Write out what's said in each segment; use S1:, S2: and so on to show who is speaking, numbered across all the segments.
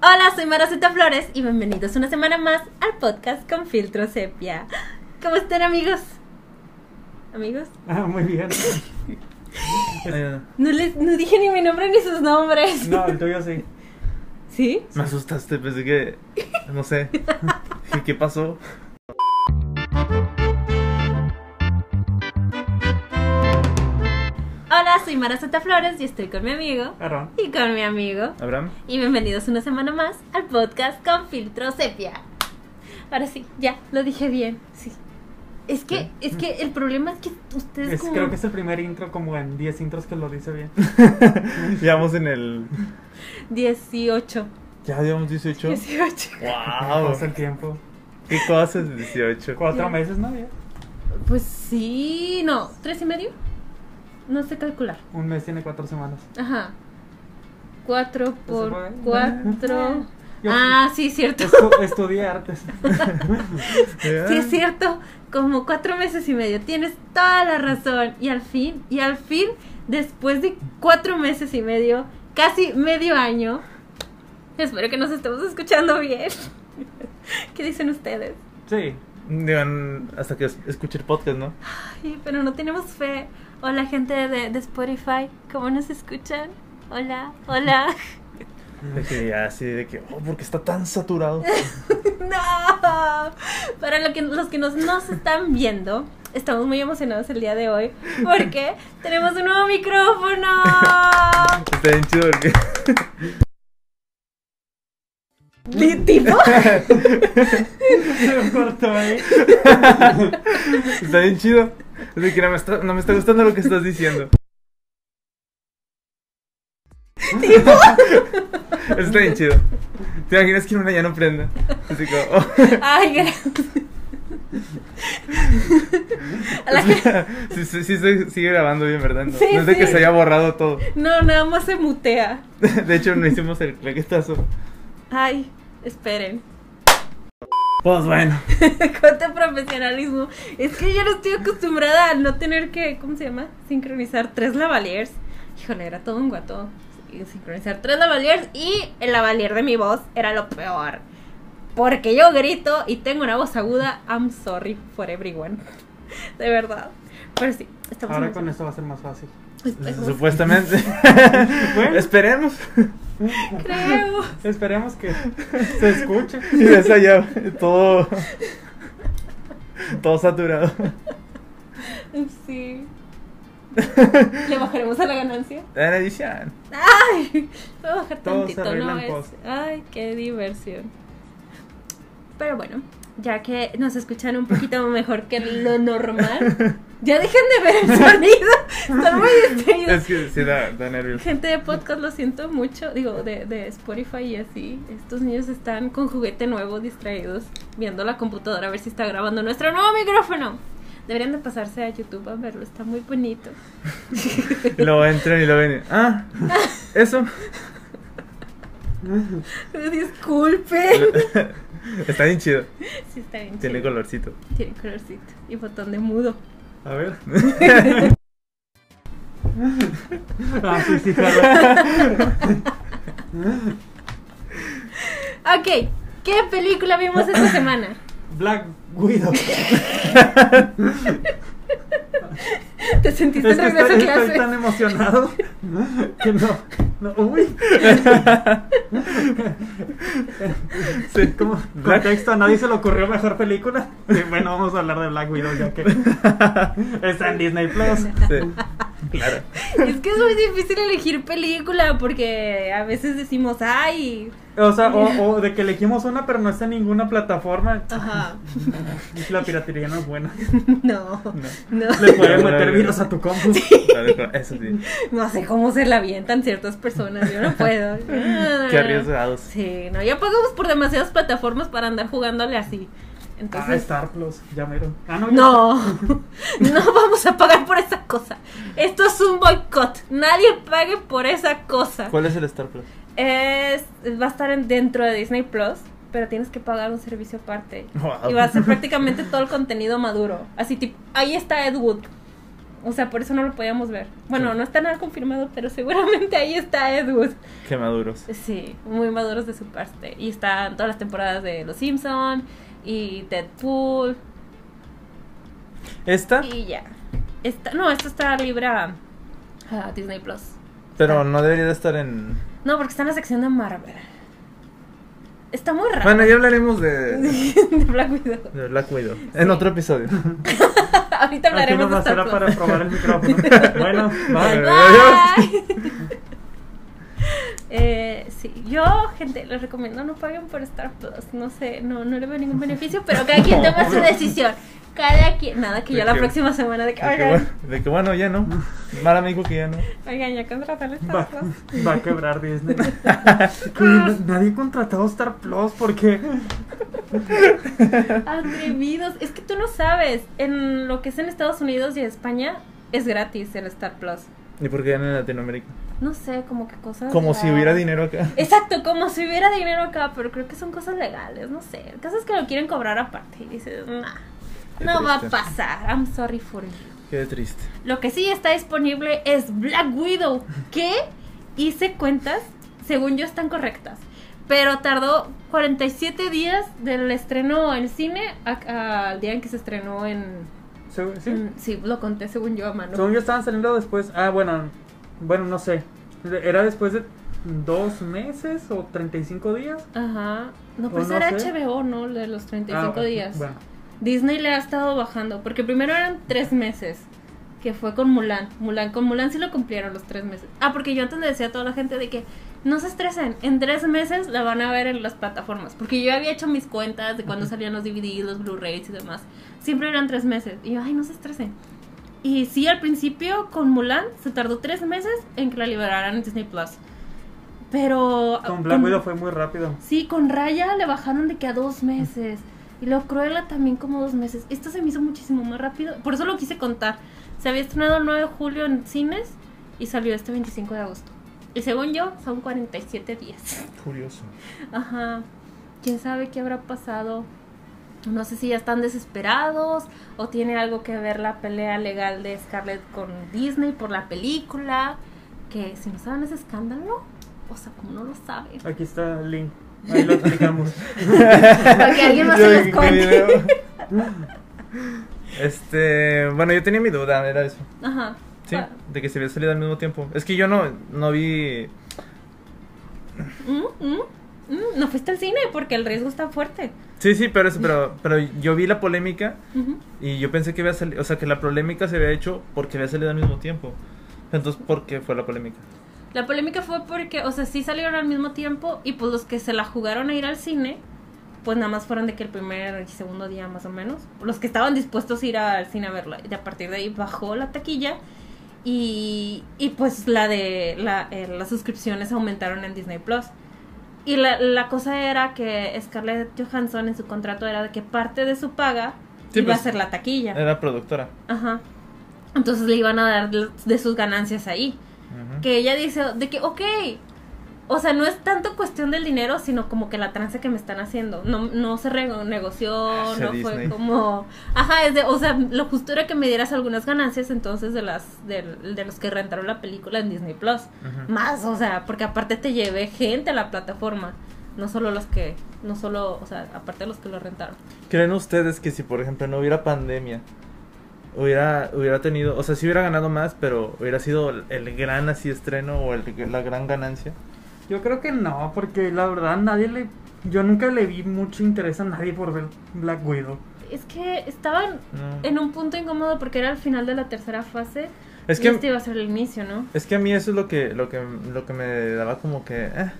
S1: Hola, soy Maracita Flores y bienvenidos una semana más al podcast con filtro sepia. ¿Cómo están amigos? Amigos,
S2: Ah, muy bien.
S1: no les no dije ni mi nombre ni sus nombres.
S2: No, el tuyo sí.
S1: ¿Sí?
S3: Me asustaste, pensé que. No sé. Dije, ¿Qué pasó?
S1: Hola, soy Maracita Flores y estoy con mi amigo
S2: Arrón.
S1: y con mi amigo.
S3: ¿Abraham?
S1: Y bienvenidos una semana más al podcast con filtro sepia. Ahora sí, ya, lo dije bien. Sí. Es que, es que el problema es que ustedes
S2: Es-
S1: como...
S2: creo que es el primer intro como en 10 intros que lo dice bien.
S3: Llevamos en el.
S1: 18.
S3: Ya llevamos 18.
S1: 18.
S3: ¡Wow!
S2: Pasa el tiempo.
S3: ¿Qué cosas 18?
S2: Cuatro
S1: Ya.
S2: meses, ¿no? Ya.
S1: Pues sí, no, tres y medio. No sé calcular.
S2: Un mes tiene cuatro semanas.
S1: Ajá. Cuatro por
S2: puede.
S1: cuatro.
S2: Yo-
S1: ah, sí, cierto.
S2: Estu- estudié artes.
S1: Sí, es cierto. Como cuatro meses y medio. Tienes toda la razón. Y al fin, y al fin, después de cuatro meses y medio, casi medio año. Espero que nos estemos escuchando bien. ¿Qué dicen ustedes?
S2: Sí.
S3: Digan, hasta que es- escuche el podcast, ¿no?
S1: Ay, pero no tenemos fe. Hola, gente de, de Spotify. ¿Cómo nos escuchan? Hola, hola.
S3: De que ya así, de que, oh, porque está tan saturado.
S1: No. Para lo que, los que nos, nos están viendo, estamos muy emocionados el día de hoy porque tenemos un nuevo micrófono.
S3: Está bien chido porque.
S1: ¿Di- ¿Tipo?
S2: Se lo cortó ahí.
S3: Está bien chido. Es de que no me, está, no me está gustando lo que estás diciendo. Está bien chido. ¿Te imaginas que en una ya no prenda? Así como, oh.
S1: Ay, gracias. A la gente-
S3: sí, sí, sí, sí, sigue grabando bien, ¿verdad? No,
S1: Sí,
S3: no es de que
S1: sí.
S3: se haya borrado todo.
S1: No, nada más se mutea.
S3: De hecho, no hicimos el claquetazo.
S1: Ay, esperen.
S3: Pues bueno.
S1: Cuánto este profesionalismo. Es que yo no estoy acostumbrada a no tener que, ¿cómo se llama? Sincronizar tres lavaliers. Híjole, era todo un guato. Y Sincronizar tres lavaliers y el lavalier de mi voz era lo peor. Porque yo grito y tengo una voz aguda. I'm sorry for everyone. De verdad. Pero sí, estamos
S2: Ahora
S1: en-
S2: con esto va a ser más fácil.
S1: Estamos-
S3: Supuestamente.
S2: Bueno.
S3: Esperemos.
S1: Creo.
S2: Esperemos que se escuche.
S3: Y ves allá todo. Todo saturado.
S1: Sí. ¿Le bajaremos a la ganancia?
S3: Era edición.
S1: ¡Ay! Voy a bajar
S2: Todo se
S1: tantito,
S2: arregla
S1: ¿no?
S2: en
S1: Es-
S2: post.
S1: ¡Ay, qué diversión! Pero bueno, ya que nos escuchan un poquito mejor que lo normal, ya dejen de ver el sonido. Están muy
S3: Es
S1: distraídos.
S3: que sí da, da nervios.
S1: Gente de podcast, lo siento mucho. Digo, de, de Spotify y así. Estos niños están con juguete nuevo, distraídos, viendo la computadora a ver si está grabando nuestro nuevo micrófono. Deberían de pasarse a YouTube a verlo, está muy bonito.
S3: Y luego entran y lo ven. y, Ah, eso.
S1: Disculpen.
S3: Está bien chido.
S1: Sí, está bien.
S3: Tiene
S1: chido.
S3: colorcito.
S1: Tiene colorcito. Y botón de mudo.
S2: A ver. Ah, sí, sí, claro.
S1: Ok, ¿qué película vimos esta semana?
S2: Black Widow.
S1: ¿Te sentiste
S2: Es
S1: en
S2: que
S1: regreso
S2: estoy,
S1: a
S2: estoy
S1: clase?
S2: tan emocionado que no. no uy.
S3: Sí.
S2: Como contexto, a nadie se le ocurrió mejor película. Y bueno, vamos a hablar de Black Widow ya que está en Disney Plus.
S3: Sí, claro.
S1: Es que es muy difícil elegir película porque a veces decimos, ay.
S2: O sea, o, o de que elegimos una, pero no está en ninguna plataforma.
S1: Ajá.
S2: La piratería no es buena.
S1: No. No. No,
S2: Le pueden meter virus a tu compu.
S3: Claro, Eso sí.
S1: sé cómo se la avientan ciertas personas. Yo no puedo.
S3: Qué arriesgados.
S1: Ah, Sí, no. Ya pagamos por demasiadas plataformas para andar jugándole así.
S2: Ah,
S1: Entonces.
S2: Star Plus, ya mero. Ah, no, ya.
S1: No, no vamos a pagar por esa cosa. Esto es un boicot. Nadie pague por esa cosa.
S3: ¿Cuál es el Star Plus?
S1: Es, va a estar en- dentro de Disney Plus, pero tienes que pagar un servicio aparte.
S3: Wow.
S1: Y va a ser prácticamente todo el contenido maduro. Así tipo, ahí está Ed Wood. O sea, por eso no lo podíamos ver. Bueno,
S3: Sí.
S1: no está nada confirmado, pero seguramente ahí está Edward.
S3: Qué maduros.
S1: Sí, muy maduros de su parte. Y están todas las temporadas de Los Simpson y Deadpool
S3: Esta,
S1: y ya. Esta, no, esto está libre a, a Disney Plus.
S3: pero no debería de estar en.
S1: No, porque está en la sección de Marvel. Está muy raro.
S3: Bueno, ya hablaremos de,
S1: de Black Widow.
S3: de Black Widow en otro episodio.
S1: Ahorita
S2: Aquí
S1: hablaremos de
S2: nomás
S1: Star
S2: era
S1: Plus.
S2: para probar el micrófono. bueno,
S1: Bye.
S2: bye.
S3: Adiós.
S1: Eh, sí, yo, gente, les recomiendo no paguen por Star Plus. No sé, no, no le veo ningún beneficio, pero cada quien toma su decisión. Cada quien, nada, que
S3: De
S1: yo la
S3: que-
S1: próxima semana de que,
S3: De que,
S1: oigan,
S3: bueno, de que bueno, ya no. Mara me dijo que ya no.
S1: oigan, ya contrataron
S2: Va,
S1: Star Plus.
S2: va a quebrar Disney. Güey, na- nadie contrató Star Plus porque.
S1: Atrevidos. Es que tú no sabes, en lo que es en Estados Unidos y España es gratis el Star Plus.
S3: ¿Y por qué ya no en Latinoamérica?
S1: No sé, como que cosas.
S3: Como si hubiera
S1: raras.
S3: dinero acá.
S1: Exacto, como si hubiera dinero acá, pero creo que son cosas legales, no sé. El caso es que lo quieren cobrar aparte y dices, nah,
S3: Qué
S1: no va a
S3: triste.
S1: pasar, I'm sorry for you.
S3: Qué triste.
S1: Lo que sí está disponible es Black Widow, que hice cuentas, según yo están correctas, pero tardó 47 días del estreno en cine a- al día en que se estrenó en...
S2: ¿Sí? sí.
S1: en- Sí, lo conté según yo a mano.
S2: Según yo estaban saliendo después. Ah, bueno, bueno, no sé. Era después de dos meses o 35 días.
S1: Ajá. No,
S2: O
S1: pero eso
S2: no
S1: era
S2: sé.
S1: HBO, ¿no? De los 35
S2: Ah,
S1: días.
S2: Bueno,
S1: Disney le ha estado bajando, porque primero eran tres meses, que fue con Mulan. Mulan, con Mulan sí lo cumplieron los tres meses. Ah, porque yo antes le decía a toda la gente de que no se estresen, en tres meses la van a ver en las plataformas, porque yo había hecho mis cuentas de cuando salían los DVDs, los Blu-rays y demás. Siempre eran tres meses. Y yo, ay, no se estresen. Y sí, al principio con Mulan se tardó tres meses en que la liberaran en Disney Plus. Pero.
S2: con Black
S1: con-
S2: Widow fue muy rápido.
S1: Sí, con Raya le bajaron de que a dos meses. Y lo Cruella también como dos meses. Esto se me hizo muchísimo más rápido. Por eso lo quise contar. Se había estrenado el 9 de julio en cines y salió este 25 de agosto. Y según yo, son 47 días.
S3: Curioso.
S1: Ajá. ¿Quién sabe qué habrá pasado? No sé si ya están desesperados o tiene algo que ver la pelea legal de Scarlett con Disney por la película. Que si no saben ese escándalo, o sea, como no lo saben.
S2: Aquí está el link. Ahí lo explicamos.
S1: Para que alguien más se los
S3: ¿Qué
S1: cuente.
S3: video? Este, bueno, yo tenía mi duda, era eso.
S1: Ajá. Ah,
S3: Sí,
S1: Pa-
S3: de que se había salido al mismo tiempo. Es que yo no, no vi.
S1: Mm, mm, mm, No fuiste al cine porque el riesgo está fuerte.
S3: Sí, sí, pero, eso, pero, pero yo vi la polémica
S1: Ujú.
S3: y yo pensé que había salido. O sea, que la polémica se había hecho porque había salido al mismo tiempo. Entonces, ¿por qué fue la polémica?
S1: La polémica fue porque, o sea, sí salieron al mismo tiempo y pues los que se la jugaron a ir al cine, pues nada más fueron de que el primer y segundo día más o menos. Los que estaban dispuestos a ir al cine a verla. Y a partir de ahí bajó la taquilla y, y pues la de la, eh, las suscripciones aumentaron en Disney Plus. Y la, la cosa era que Scarlett Johansson en su contrato era de que parte de su paga
S3: Sí,
S1: iba
S3: pues,
S1: a ser la taquilla.
S3: Era productora.
S1: Ajá. Entonces le iban a dar de sus ganancias ahí.
S3: Ujú.
S1: Que ella dice de que, ok. O sea, no es tanto cuestión del dinero, sino como que la tranza que me están haciendo. No, no se renegoció,
S3: Ese
S1: no fue
S3: Ah, Disney.
S1: como... Ajá, es de, o sea, lo justo era que me dieras algunas ganancias entonces de las de, de los que rentaron la película en Disney Plus.
S3: Ujú.
S1: Más, o sea, porque aparte te llevé gente a la plataforma. No solo los que, no solo, o sea, aparte de los que lo rentaron.
S3: ¿Creen ustedes que si, por ejemplo, no hubiera pandemia, hubiera, hubiera tenido. O sea, si hubiera ganado más, pero hubiera sido el- el gran así estreno o el- la gran ganancia?
S2: Yo creo que no, porque la verdad nadie le. Yo nunca le vi mucho interés a nadie por ver Black Widow.
S1: Es que estaban
S3: No.
S1: en un punto incómodo porque era el final de la tercera fase.
S3: Es
S1: y
S3: que.
S1: este iba a ser el inicio, ¿no?
S3: Es que a mí eso es lo que, lo que, lo que me daba como que... eh.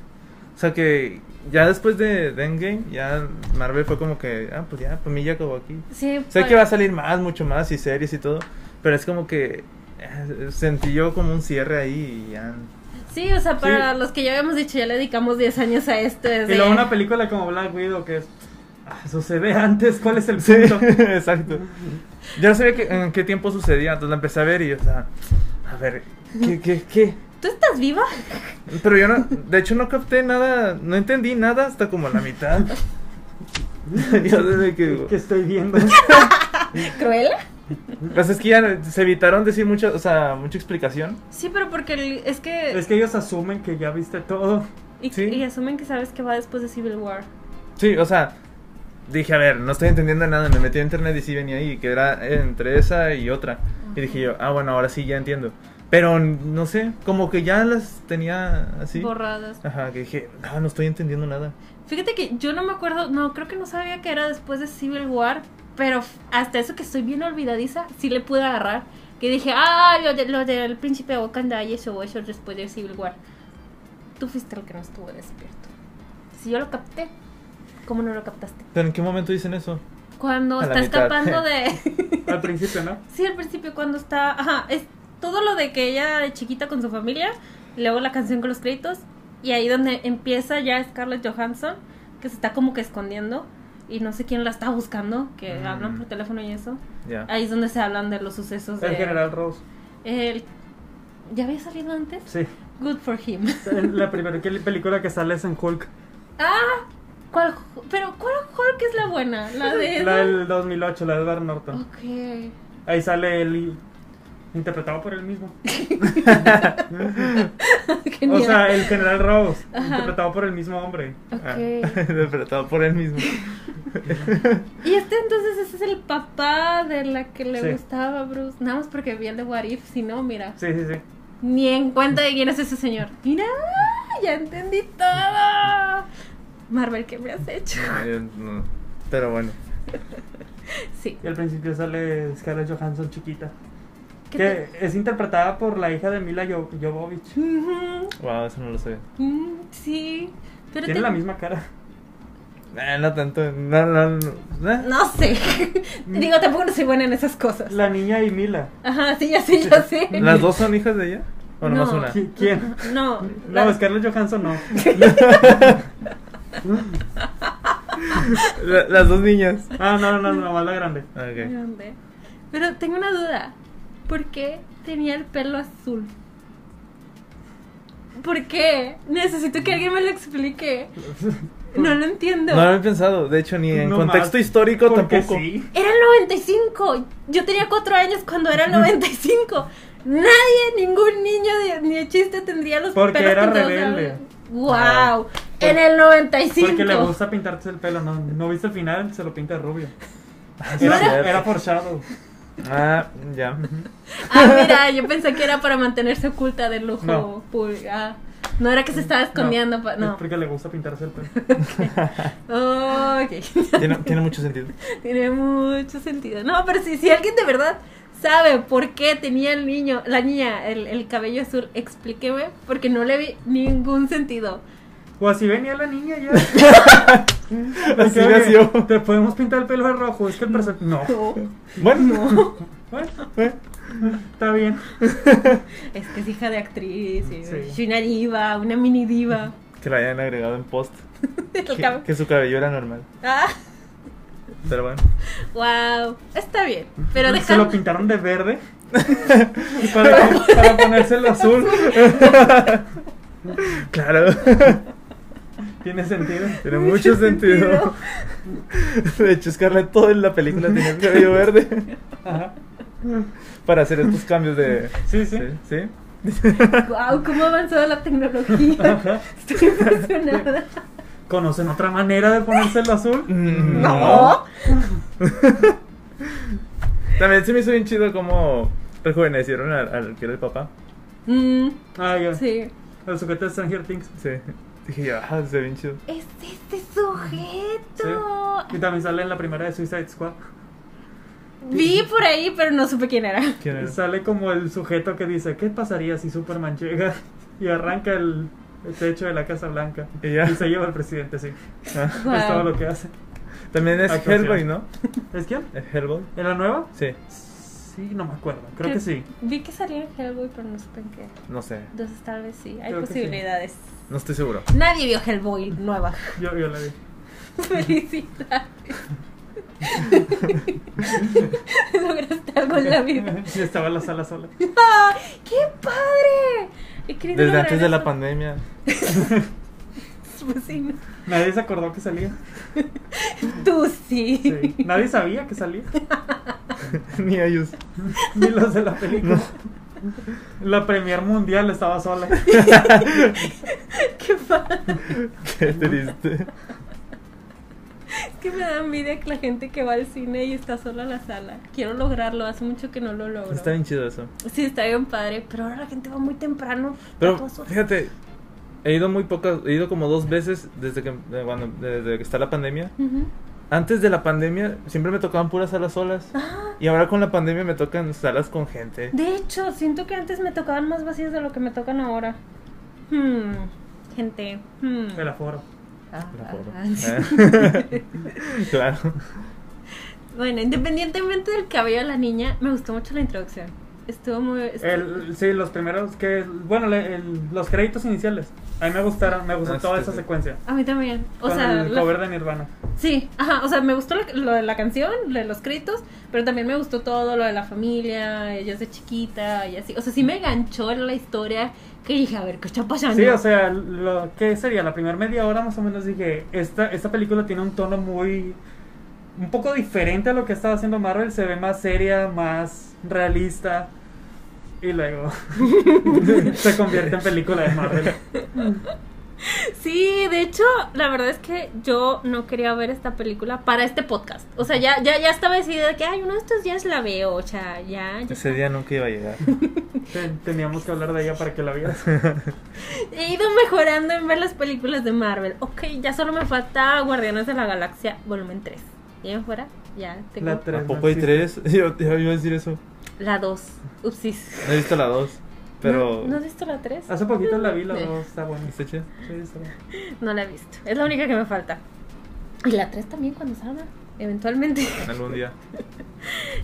S3: O sea que ya después de, de Endgame, ya Marvel fue como que... Ah, pues ya, pues mí ya acabó aquí.
S1: Sí, pues,
S3: Sé
S1: pa-
S3: que va a salir más, mucho más, y series y todo. Pero es como que... eh, Sentí yo como un cierre ahí y ya...
S1: sí, o sea, para
S2: Sí.
S1: los que ya habíamos dicho, ya le dedicamos 10 años a esto. Desde...
S2: Y luego una película como Black Widow que es. ah, sucede antes, ¿cuál es el
S3: Sí,
S2: punto?
S3: exacto. Yo no sabía que- en qué tiempo sucedía, entonces la empecé a ver y yo estaba... A ver, ¿qué, qué, qué?
S1: ¿Tú estás viva?
S3: Pero yo no, de hecho no capté nada, no entendí nada hasta como la mitad. yo desde que...
S2: ¿Qué estoy viendo?
S1: ¿Cruela?
S3: Pues es que ya se evitaron decir mucha, o sea, mucha explicación.
S1: Sí, pero porque el- es que.
S2: Es que ellos asumen que ya viste todo.
S1: y,
S3: sí.
S1: y asumen que sabes que va después de Civil War.
S3: Sí, o sea, dije, a ver, no estoy entendiendo nada, me metí a internet y sí venía ahí, que era entre esa y otra. Y dije yo, ah, bueno, ahora sí ya entiendo. Pero no sé, como que ya las tenía así.
S1: Borradas.
S3: Ajá, que dije, no, no estoy entendiendo nada.
S1: Fíjate que yo no me acuerdo, no, creo que no sabía que era después de Civil War, pero f- hasta eso que estoy bien olvidadiza, sí le pude agarrar. Que dije, ah, lo, de, lo del príncipe Wakanda y eso, eso después de Civil War. Tú fuiste el que no estuvo despierto. Si yo lo capté, ¿cómo no lo captaste?
S3: Pero ¿en qué momento dicen eso?
S1: Cuando
S3: A la
S1: está
S3: mitad.
S1: escapando de...
S2: Al principio, ¿no?
S1: sí, al principio cuando está... Ajá, es todo lo de que ella de chiquita con su familia, y luego la canción con los créditos, y ahí donde empieza ya Scarlett Johansson, que se está como que escondiendo, y no sé quién la está buscando, que
S3: Mm.
S1: hablan por teléfono y eso.
S3: Ya.
S1: Ahí es donde se hablan de los sucesos de...
S2: El general Rose.
S1: El- ¿Ya había salido antes?
S2: Sí.
S1: Good for him.
S2: La primera que- película que sale es en Hulk.
S1: ¿Cuál, Hulk? pero ¿cuál Hulk es la buena? La de...
S2: La del 2008, la de Edward Norton.
S1: Ok.
S2: Ahí sale él interpretado por él mismo. O
S1: Genial.
S2: sea, el general Rose,
S1: Ajá.
S2: interpretado por el mismo hombre.
S3: Ah,
S1: Ok.
S3: Despertado por él mismo.
S1: Y este entonces ese es el papá de la que le
S2: Sí.
S1: gustaba a Bruce. Nada más porque vi el de What If, si no, mira.
S2: Sí, sí, sí.
S1: Ni en cuenta de quién es ese señor. Mira, ya entendí todo. Marvel, ¿qué me has hecho?
S3: No, yo no. Pero bueno.
S1: Sí.
S2: Y al principio sale Scarlett Johansson chiquita.
S1: ¿Qué
S2: Que es interpretada por la hija de Mila Jo- Jovovich.
S1: te- Ujú,
S3: Wow, eso no lo sabía.
S1: mm, Sí. Pero
S2: Tiene
S1: te-
S2: la misma cara.
S3: Eh, no tanto. No, no, no. Eh.
S1: No sé. Te Digo, tampoco no soy buena en esas cosas.
S2: La niña y Mila.
S1: Ajá, sí, ya sé, ya sé.
S3: ¿Las dos son hijas de ella? ¿O nomás
S1: No.
S3: una?
S2: ¿Qui- ¿Quién?
S1: No, la-
S2: No, Scarlett Johansson no.
S3: La- las dos niñas.
S2: Ah, no, no, no, más la grande.
S1: ¿De
S3: Ok.
S1: dónde? Pero tengo una duda. ¿Por qué tenía el pelo azul? ¿Por qué? Necesito que alguien me lo explique. No lo entiendo.
S3: No lo había pensado. De hecho, ni en
S2: No
S3: contexto
S2: más,
S3: histórico
S2: porque
S3: tampoco.
S2: sí.
S1: Era el 95. Yo tenía 4 años cuando era el 95. Nadie, ningún niño de, ni de chiste tendría los
S2: Porque
S1: pelos
S2: era
S1: pintados de
S2: rebelde.
S1: azul. ¡Wow!
S3: Ah.
S1: en el 95.
S2: Porque le gusta pintarse el pelo, ¿no? ¿No viste el final? Se lo pinta de rubio.
S3: Ah, sí,
S2: Era,
S3: cierto.
S2: era foreshadow.
S3: Ah, ya.
S1: Ah, mira, yo pensé que era para mantenerse oculta del lujo.
S2: No.
S1: público. Ah, no era que se estaba escondiendo. pa-
S2: Es
S1: No.
S2: porque le gusta pintarse el pelo.
S1: Ok.
S3: Tiene, tiene mucho sentido.
S1: Tiene mucho sentido. No, pero si, si alguien de verdad sabe por qué tenía el niño, la niña, el, el cabello azul, explíqueme, porque no le vi ningún sentido.
S2: O así venía la niña ya.
S3: Así
S2: Oye,
S3: nació.
S2: Te podemos pintar el pelo de rojo. Es que el personaje. No.
S1: No,
S3: Bueno,
S2: Bueno, bueno, está bien.
S1: es que es hija de actriz, y-
S2: Sí.
S1: y una diva, una mini diva.
S3: que la hayan agregado en post.
S1: El
S3: Que,
S1: cab-
S3: que su cabello era normal.
S1: Ah,
S3: Pero bueno.
S1: wow, está bien, pero
S2: Se lo
S1: dejan
S2: pintaron de verde. para, para ponérselo azul.
S3: Claro.
S2: Tiene sentido.
S3: Tiene mucho sentido. De hecho, Scarlett, todo en la película tenía el cabello verde.
S2: Ajá.
S3: Para hacer estos cambios de.
S2: Sí, sí.
S3: Sí.
S1: wow, cómo ha avanzado la tecnología. Estoy impresionada.
S2: ¿Conocen otra manera de ponérselo azul?
S3: Mm,
S1: No.
S3: También se me hizo bien chido cómo rejuvenecieron al, al que era el papá.
S1: Mm,
S2: Ah, ya.
S1: sí.
S2: El sujeto de Stranger Things.
S3: Sí. Dije yo, ah, se ve bien chido.
S1: Es este sujeto.
S2: Y también sale en la primera de Suicide Squad.
S1: Vi por ahí, pero no supe quién era.
S3: ¿Quién era?
S2: Sale como el sujeto que dice, ¿qué pasaría si Superman llega y arranca el, el techo de la Casa Blanca?
S3: Y ya.
S2: Y se lleva al presidente, sí.
S3: Ah.
S1: Wow.
S2: Es todo lo que hace.
S3: También es
S2: Actuación.
S3: Hellboy, ¿no?
S2: ¿Es quién?
S3: ¿Es Hellboy?
S2: ¿En la nueva?
S3: Sí,
S2: Sí, no me acuerdo. Creo que sí.
S1: Vi que salía en Hellboy, pero no supe en qué.
S3: no sé.
S1: Entonces tal vez sí, hay
S2: Creo que sí.
S1: posibilidades.
S3: No estoy seguro.
S1: Nadie vio Hellboy nueva.
S2: Yo, yo la vi.
S1: Felicidades. Lograste algo en la vida.
S2: Y estaba en la sala sola.
S1: ¡Ah! ¡Qué padre! He querido
S3: Desde
S1: lograr
S3: antes de la
S1: eso.
S3: pandemia.
S1: Pues sí, no.
S2: Nadie se acordó que salía.
S1: Tú sí.
S2: Sí. Nadie sabía que salía.
S3: Ni ellos.
S2: Ni los de la película. La premier mundial estaba sola.
S1: Qué padre.
S3: Qué triste.
S1: Es que me da envidia que la gente que va al cine y está sola en la sala. Quiero lograrlo, hace mucho que no lo logro.
S3: Está bien chido eso.
S1: Sí, está bien padre, pero ahora la gente va muy temprano.
S3: Pero
S1: Todos-
S3: fíjate, he ido muy pocas, he ido como dos veces desde que, eh, bueno, desde que está la pandemia.
S1: Ujú.
S3: Antes de la pandemia siempre me tocaban puras salas solas.
S1: Ah,
S3: Y ahora con la pandemia me tocan salas con gente.
S1: de hecho, siento que antes me tocaban más vacías de lo que me tocan ahora. Hmm, gente. hmm.
S2: El aforo.
S1: Ah,
S3: Me
S1: ah,
S3: acuerdo.
S1: ah,
S3: Eh. claro.
S1: Bueno, independientemente del cabello de la niña, me gustó mucho la introducción. Estuvo muy... estuvo-
S2: El, sí, los primeros que. Bueno, le- el- los créditos iniciales. A mí me gustaron, me gustó
S3: Ah,
S2: toda
S3: sí,
S2: esa
S3: sí.
S2: secuencia.
S1: A mí también. O
S2: con
S1: sea,
S2: el
S1: la-
S2: cover de Nirvana.
S1: sí, ajá, o sea, me gustó lo, lo de la canción, lo de los créditos, pero también me gustó todo lo de la familia, ella es de chiquita y así. O sea, sí me enganchó la historia que dije, a ver, ¿qué está pasando?
S2: Sí, o sea, lo que sería la primera media hora más o menos dije, esta, esta película tiene un tono muy... Un poco diferente a lo que estaba haciendo Marvel, se ve más seria, más realista. Y luego se convierte en película de Marvel.
S1: Sí, de hecho, la verdad es que yo no quería ver esta película para este podcast. O sea, ya, ya, ya estaba decidida de que, ay, uno de estos días la veo, o sea, ya, ya
S3: Ese día nunca iba a llegar.
S2: Ten- Teníamos que hablar de ella para que la vieras.
S1: He ido mejorando en ver las películas de Marvel. Ok, ya solo me falta Guardianes de la Galaxia, volumen 3. ¿Y ahí en fuera? Ya tengo
S2: La tre-
S3: ¿A
S2: Tres,
S3: poco hay
S2: sí.
S3: tres? Yo, yo iba a decir eso.
S1: la 2. Upsis.
S3: No he visto la dos. Pero.
S1: ¿No, no has visto la 3?
S2: Hace poquito la vi, la
S1: Sí.
S2: dos, está buena.
S3: ¿Está chida?
S2: Sí, está buena.
S1: No la he visto. Es la única que me falta. Y la 3 también cuando salga, eventualmente.
S3: Algún día.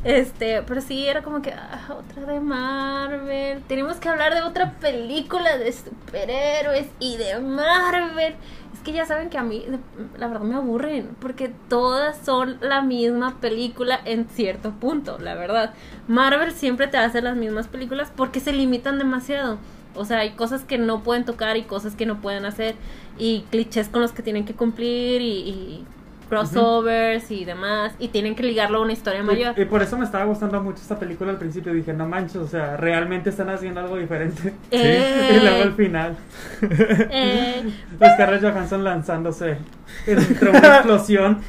S1: Este, pero sí, era como que, ah, otra de Marvel. Tenemos que hablar de otra película de superhéroes y de Marvel. Es que ya saben que a mí, de- la verdad, me aburren. Porque todas son la misma película en cierto punto, la verdad. Marvel siempre te hace las mismas películas porque se limitan demasiado. O sea, hay cosas que no pueden tocar y cosas que no pueden hacer. Y clichés con los que tienen que cumplir y. y crossovers y demás y tienen que ligarlo a una historia mayor
S2: Y, y Eh, por eso me estaba gustando mucho esta película al principio. Dije, no manches, o sea, realmente están haciendo algo diferente.
S1: Eh.
S2: Y luego al final.
S1: Eh,
S2: Scarlett Johansson lanzándose entre una explosión.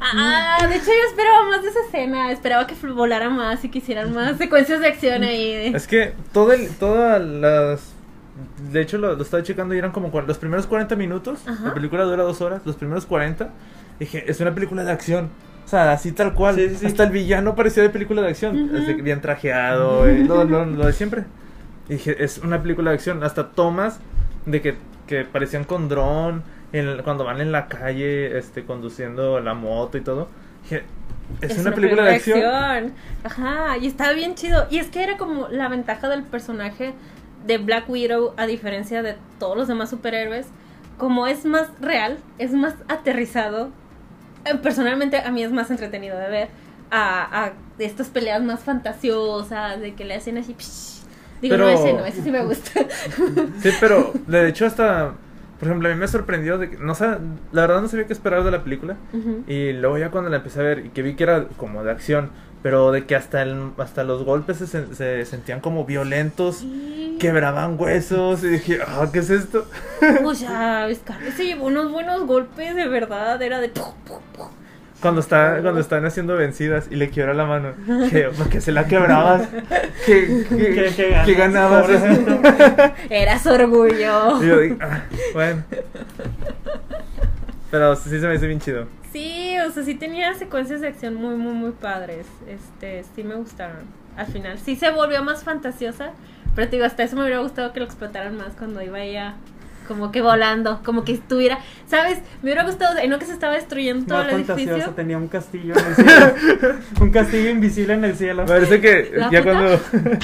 S1: ah, ah, de hecho yo esperaba más de esa escena, esperaba que fl- volara más y que hicieran más secuencias de acción ahí. de-
S3: Es que todo el, todas las... De hecho, lo, lo estaba checando y eran como cua- los primeros 40 minutos.
S1: Ajá.
S3: La película dura dos horas. Los primeros 40. Dije, es una película de acción. O sea, así tal cual.
S2: Sí, sí, sí.
S3: Hasta el villano parecía de película de acción.
S1: Ujú.
S3: Así que bien trajeado. eh, lo, lo- lo de siempre. Y dije, es una película de acción. Hasta tomas de que, que parecían con dron. en- cuando van en la calle este, conduciendo la moto y todo. Dije, es, una, película, de acción.
S1: Ajá, y estaba bien chido. Y es que era como la ventaja del personaje de Black Widow a diferencia de todos los demás superhéroes, como es más real, es más aterrizado. eh, Personalmente a mí es más entretenido de ver a, a estas peleas más fantasiosas de que le hacen así. psh. Digo, no,
S3: Pero-
S1: ese no, ese sí me gusta.
S3: Sí, pero de hecho hasta, por ejemplo, a mí me sorprendió de que, no sa- la verdad no sabía qué esperar de la película
S1: Ujú.
S3: y luego ya cuando la empecé a ver y que vi que era como de acción, pero de que hasta el, hasta los golpes se, sen- se sentían como violentos,
S1: Sí.
S3: quebraban huesos y dije, ah, ¿qué es esto?
S1: O sea, Scarlett se llevó unos buenos golpes, de verdad, era de... pu, pu, pu.
S3: Cuando está cuando están haciendo vencidas y le quiebra la mano, que, que se la quebrabas, que, que,
S2: Que- que
S3: que ganabas.
S2: ganas, pobrecito.
S1: Era su orgullo.
S3: Y yo dije, ah, bueno. Pero sí se me hizo bien chido.
S1: Sí, o sea, sí tenía secuencias de acción muy, muy, muy padres. Este, sí me gustaron. Al final, sí se volvió más fantasiosa, pero te digo, hasta eso me hubiera gustado que lo explotaran más cuando iba ella como que volando, como que estuviera, ¿sabes? Me hubiera gustado, en lo que se estaba destruyendo todo
S2: Más
S1: el
S2: fantasiosa,
S1: edificio.
S2: tenía un castillo en el cielo. un castillo invisible en el cielo.
S3: Parece que
S1: ¿La
S3: ya
S1: puta?
S3: cuando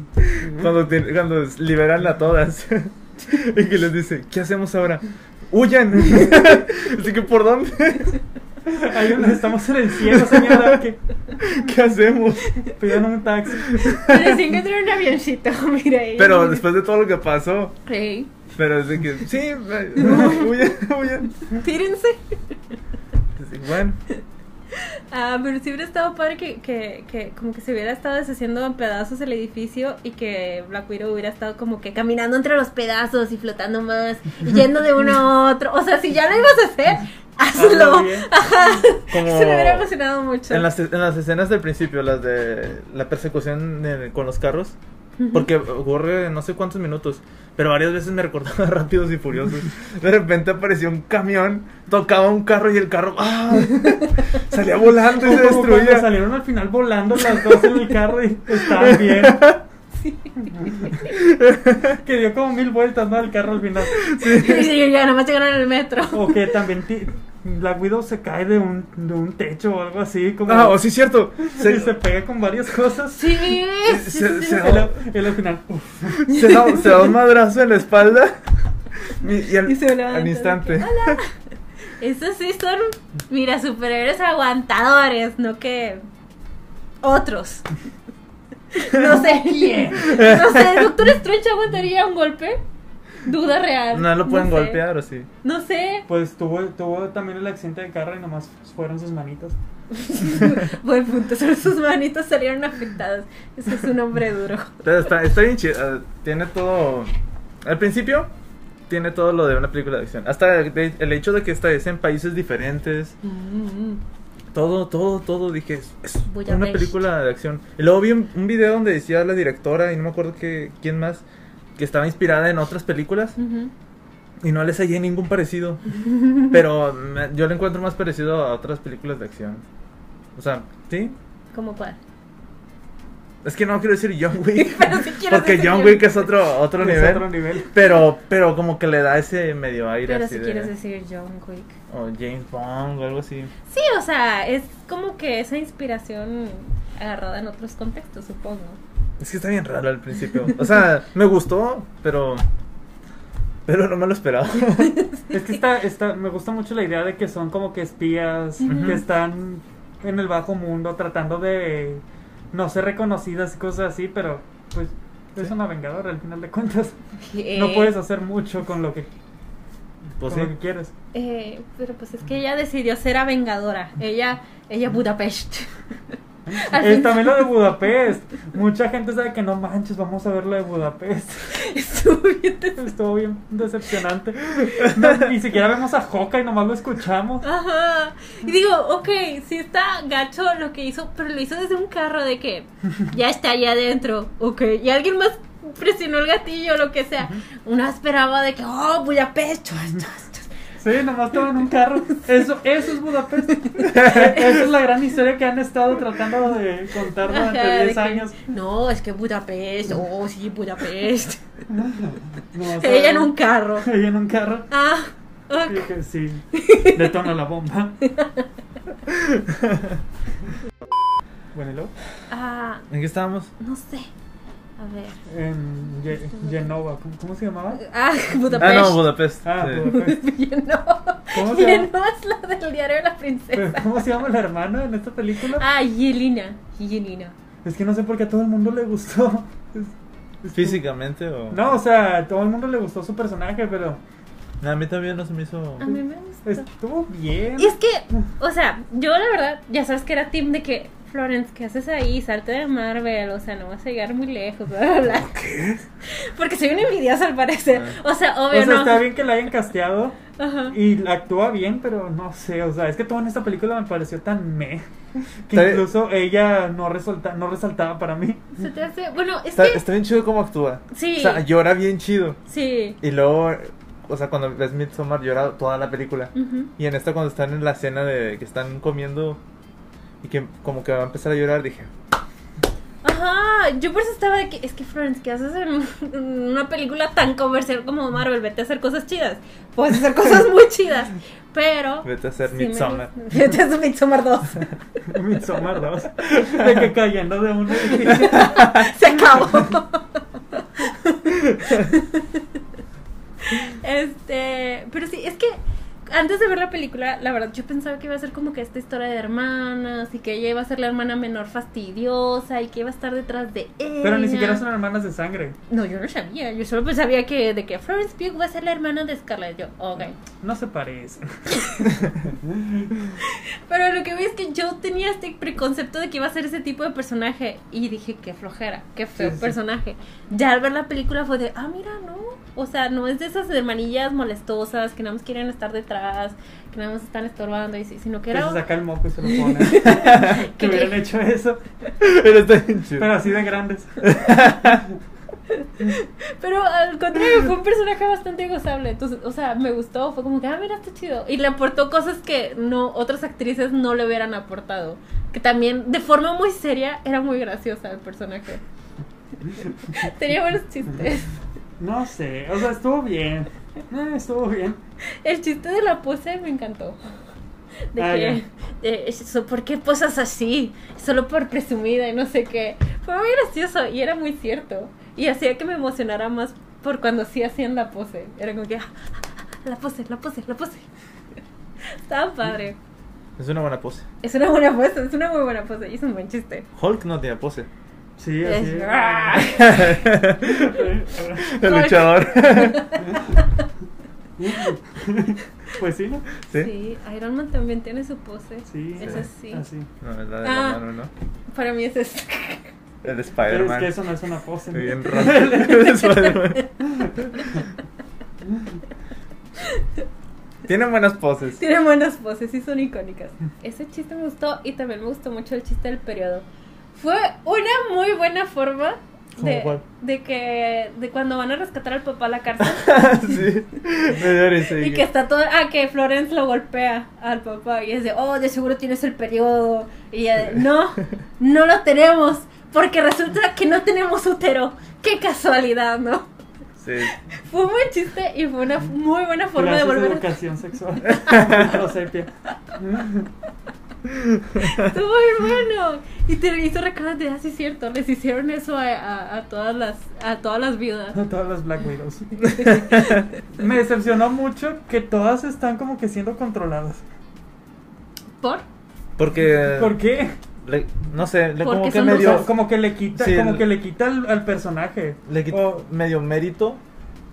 S3: cuando, te- cuando liberan a todas y que les dice, ¿qué hacemos ahora? ¡Huyan! Así que, ¿por dónde?
S2: Hay una, estamos en el cielo, señora. Que
S3: ¿Qué hacemos?
S2: pidan un taxi.
S1: Pero sí encontré un avioncito, mira ahí.
S3: Pero después de todo lo que pasó,
S1: Sí.
S3: pero es de que, sí, huyan, huyan.
S1: Tírense.
S3: Así, Bueno,
S1: Ah, pero si hubiera estado padre que, que, que como que se hubiera estado deshaciendo en pedazos el edificio y que Black Widow hubiera estado como que caminando entre los pedazos y flotando más y yendo de uno a otro. O sea, si ya lo ibas a hacer,
S3: Ah,
S1: hazlo.
S2: Hazlo bien.
S1: Ajá.
S3: Como-
S1: Se me hubiera emocionado mucho.
S3: En las, en las escenas del principio, las de la persecución en- con los carros, porque ocurre no sé cuántos minutos, pero varias veces me recordaba rápidos y furiosos. De repente apareció un camión, tocaba un carro y el carro ¡ah! salía volando y se
S2: Como cuando
S3: destruía.
S2: salieron al final volando las dos en el carro y estaban bien. que dio como mil vueltas, ¿no? El carro al final.
S1: Y sí, ya nomás llegaron al metro.
S3: Oh.
S2: O que también ti- Black Widow se cae de un, de un techo o algo así. Como
S3: Ah, oh, sí, cierto.
S2: y
S3: Se,
S2: se pega con varias cosas.
S1: Sí, sí, sí,
S3: se- se-
S1: sí.
S2: Y la- y al final, uf,
S3: se da, se da un madrazo en la espalda y, y al,
S1: Y se levanta
S3: al
S1: de
S3: instante.
S1: que, "Hola". Esos sí son, mira, superhéroes aguantadores, no que otros. No sé. No sé, Doctor Strange aguantaría un golpe. Duda real.
S3: No lo pueden
S1: sé.
S3: golpear o sí.
S1: No sé.
S2: pues tuvo, tuvo también el accidente de carro y nomás fueron sus manitas.
S1: Buen punto. Solo sus manitos salieron afectadas. Ese es un hombre duro.
S3: Pero está, está bien chido. eh, Tiene todo. Al principio, tiene todo lo de una película de acción. Hasta el, de- el hecho de que esta es en países diferentes.
S1: Mm,
S3: Todo, todo, todo. Dije, es, es
S1: Voy a
S3: una
S1: ver.
S3: película de acción. Y luego vi un, un video donde decía la directora, y no me acuerdo que, quién más, que estaba inspirada en otras películas.
S1: ujú.
S3: Y no les hallé ningún parecido. Pero me- yo le encuentro más parecido a otras películas de acción. O sea, ¿sí?
S1: ¿Cómo cuál?
S3: Es que no quiero decir John Wick.
S1: Pero sí quiero
S3: porque
S1: decir
S3: John
S1: John
S3: Wick es otro, otro
S2: Es
S3: nivel.
S2: Pues, otro nivel.
S3: Pero, pero como que le da ese medio aire
S1: Pero
S3: así
S1: si
S3: de-
S1: quieres decir John Wick.
S3: O James Bond o algo así.
S1: Sí, o sea, es como que esa inspiración agarrada en otros contextos, supongo.
S3: Es que está bien raro al principio. O sea, me gustó, pero... Pero no me lo esperaba.
S2: Es que está, está, me gusta mucho la idea de que son como que espías
S1: Ujú.
S2: que están en el bajo mundo tratando de no ser reconocidas y cosas así, pero pues es una vengadora al final de cuentas. No
S1: Eh,
S2: puedes hacer mucho con lo que,
S3: Pues sí.
S2: con lo que quieres.
S1: eh, pero pues es que ella decidió ser avengadora. Ella, ella Budapest. Al
S2: Eh,
S1: fin-
S2: también lo de Budapest. Mucha gente sabe que no manches, vamos a ver lo de Budapest.
S1: Estuvo bien des-
S2: Estuvo bien decepcionante. No, ni siquiera vemos a Joca y nomás lo escuchamos.
S1: Ajá. Y digo, ok, sí está gacho lo que hizo, pero lo hizo desde un carro de que ya está allá adentro. Ok, y alguien más presionó el gatillo, lo que sea. Uno esperaba de que, oh, Budapest.
S2: Sí, nomás estaba en un carro. Eso, eso es Budapest. Esa es la gran historia que han estado tratando de contar
S1: Ajá,
S2: durante
S1: de
S2: 10
S1: que,
S2: años.
S1: No, es que Budapest, oh sí, Budapest.
S2: Nomás
S1: Ella en
S2: estaba-
S1: un carro.
S2: Ella en un carro.
S1: Ah,
S2: Y
S1: ok.
S2: dije, sí, detona la bomba. Bueno, ¿y luego?
S1: Ah,
S3: ¿En qué estábamos?
S1: no sé. A ver.
S2: En Ye- Yenova, ¿cómo, cómo se llamaba?
S1: Ah,
S3: Ah,
S1: Budapest.
S3: no, Budapest.
S2: Ah,
S3: sí.
S2: Budapest.
S1: no.
S2: ¿Cómo se llama?
S1: no es la del diario de la
S2: ¿Pero
S1: princesa.
S2: ¿Cómo se llama la hermana en esta película?
S1: Ah, Yelena. Yelena.
S2: Es que no sé por qué a todo el mundo le gustó. Es- es-
S3: ¿Físicamente o...?
S2: No, o sea, a todo el mundo le gustó su personaje, pero
S3: No, a mí también no se me hizo...
S1: A mí me gusta.
S2: estuvo bien.
S1: Y es que, o sea, yo la verdad, ya sabes que era team de que, Florence, ¿qué haces ahí? Salte de Marvel, o sea, no vas a llegar muy lejos, bla, bla, bla. Porque soy una envidiosa al parecer.
S3: Ah.
S1: O sea,
S2: O
S1: obvio,
S2: sea,
S1: no.
S2: está bien que la hayan casteado
S1: Ajá.
S2: y la actúa bien, pero no sé, o sea, es que todo en esta película me pareció tan meh que
S3: Está bien.
S2: incluso ella no, resalta, no resaltaba para mí.
S1: Se te hace. Bueno, es
S3: Está,
S1: que.
S3: está bien chido cómo actúa.
S1: Sí.
S3: O sea, llora bien chido.
S1: Sí.
S3: Y luego, o sea, cuando ves Midsommar llora toda la película.
S1: Ujú.
S3: Y en esta cuando están en la cena de que están comiendo y que como que va a empezar a llorar, dije,
S1: Ajá, yo por eso estaba de que, es que Florence, ¿qué haces en, en una película tan comercial como Marvel? Vete a hacer cosas chidas. Puedes hacer cosas muy chidas, pero...
S3: vete a hacer
S1: sí me
S3: Midsommar.
S1: gusta. Vete a hacer Midsommar 2.
S2: Midsommar 2. De que cayendo de un edificio.
S1: Se acabó. este, pero sí, es que antes de ver la película, la verdad, yo pensaba que iba a ser como que esta historia de hermanas y que ella iba a ser la hermana menor fastidiosa y que iba a estar detrás de ella.
S2: Pero ni siquiera son hermanas de sangre.
S1: No, yo no sabía. Yo solo pues sabía que de que Florence Pugh va a ser la hermana de Scarlett. Yo, ok.
S2: No se parecen.
S1: Pero lo que vi es que yo tenía este preconcepto de que iba a ser ese tipo de personaje. Y dije, qué flojera, qué feo
S2: Sí, sí.
S1: personaje. Ya al ver la película fue de, ah, mira, no. O sea, no es de esas hermanillas molestosas que nada más quieren estar detrás, que nada más están estorbando, y, si- sino que
S2: Que se
S1: era.
S2: saca el moco y se lo pone. Pues que hubieran hecho eso,
S3: Pero está bien chido.
S2: pero así de grandes.
S1: Pero al contrario, fue un personaje bastante gozable. Entonces, o sea, me gustó. Fue como que, ah, mira, está chido. Y le aportó cosas que no otras actrices no le hubieran aportado. Que también, de forma muy seria, era muy graciosa el personaje. Tenía buenos chistes.
S2: No sé, o sea, estuvo bien. Eh, estuvo bien.
S1: El chiste de la pose me encantó. De
S2: Ah,
S1: que, de eso, ¿por qué posas así? Solo por presumida y no sé qué. Fue muy gracioso y era muy cierto. Y hacía que me emocionara más por cuando sí hacían la pose. Era como que, ah, ah, ah, la pose, la pose, la pose. Estaba padre.
S3: Es una buena pose.
S1: Es una buena pose, es una muy buena pose y es un buen chiste.
S3: Hulk no tiene pose.
S2: Sí, así.
S1: Es-
S3: El
S1: Hulk.
S3: luchador.
S2: pues sí, ¿no?
S3: ¿Sí?
S1: Sí, Iron Man también tiene su pose.
S2: Sí,
S1: Esa sí.
S2: Así.
S3: No, es la de
S1: Ah.
S3: la mano, ¿no?
S1: Para mí es eso.
S3: El
S2: Pero es
S3: Spider-Man.
S2: que eso no es una pose. ¿no?
S3: Bien raro. El Spider-Man. Tienen buenas poses.
S1: Tienen buenas poses y son icónicas. Ese chiste me gustó y también me gustó mucho el chiste del periodo. Fue una muy buena forma
S3: ¿Cómo
S1: de,
S3: cuál?
S1: de que de cuando van a rescatar al papá a la cárcel
S3: sí. Me dio risa,
S1: y
S3: dije,
S1: que está todo ah que Florence lo golpea al papá y es de oh de seguro tienes el periodo y ella de, no no lo tenemos porque resulta que no tenemos útero qué casualidad no
S3: Sí.
S1: fue un buen chiste y fue una muy buena forma
S2: Clases
S1: de volver a
S2: educación sexual. Heterosepia.
S1: Estuvo muy bueno. Y te hizo recordar de, ah, sí, es cierto, les hicieron eso a, a- a todas las a todas las viudas.
S2: A todas las Black Widows. Me decepcionó mucho que todas están como que siendo controladas.
S1: ¿Por?
S3: Porque.
S2: ¿Por qué?
S3: le- no sé, le-
S1: Porque
S3: como que
S1: son
S2: O sea,
S3: Eh, medio.
S1: rusas.
S2: como que le quita,
S3: Sí,
S2: como
S3: el-
S2: que le quita al, al personaje.
S3: Le quit-
S2: O-
S3: medio mérito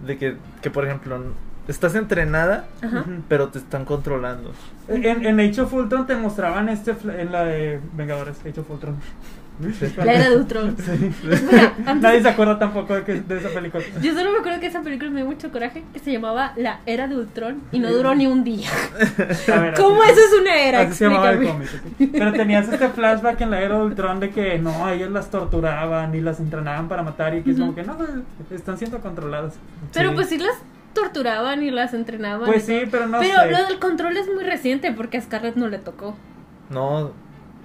S3: de que, que, por ejemplo, estás entrenada,
S1: Ajá.
S2: Ujú.
S3: pero te están controlando.
S2: En, en Age of Ultron te mostraban este fl- en la de Vengadores, Age of Ultron.
S1: La era de Ultron. Espera, antes-
S2: Nadie se acuerda tampoco de, que- de esa película.
S1: yo solo me acuerdo que esa película me dio mucho coraje, que se llamaba La Era de Ultron y no duró ni un día.
S2: A ver,
S1: ¿Cómo
S2: así-
S1: eso es una era?
S2: Así se llamaba el
S1: Explícame.
S2: cómic. ok. Pero tenías este flashback en la era de Ultron de que no, ellas las torturaban y las entrenaban para matar y que es como
S1: Ujú.
S2: que no, están siendo controladas.
S1: Pero
S3: Sí.
S1: pues sí las torturaban y las entrenaban.
S2: Pues
S1: y
S2: sí, pero no
S1: Pero
S2: sé.
S1: lo del control es muy reciente porque a Scarlett no le tocó.
S3: No,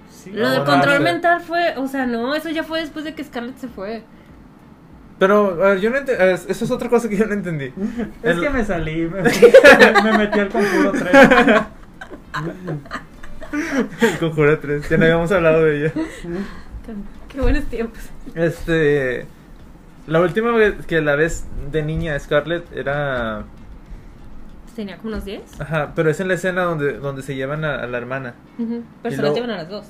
S2: Sí, Ah,
S1: Lo del
S3: no,
S1: control
S3: no.
S1: mental fue, o sea, no, eso ya fue después de que Scarlett se fue.
S3: pero a ver, yo no ente- es- Eso es otra cosa que yo no entendí.
S2: Es
S3: El-
S2: que me salí, me, me metí al conjuro 3.
S3: El Conjuro 3, ya no habíamos hablado de ella.
S1: Qué buenos tiempos.
S3: Este. La última vez que la ves de niña Scarlett era.
S1: Tenía como unos 10.
S3: Ajá, pero es en la escena donde, donde se llevan a, a la hermana.
S1: Ujú, Pero
S3: Y
S1: se
S3: luego-
S1: las llevan a las dos.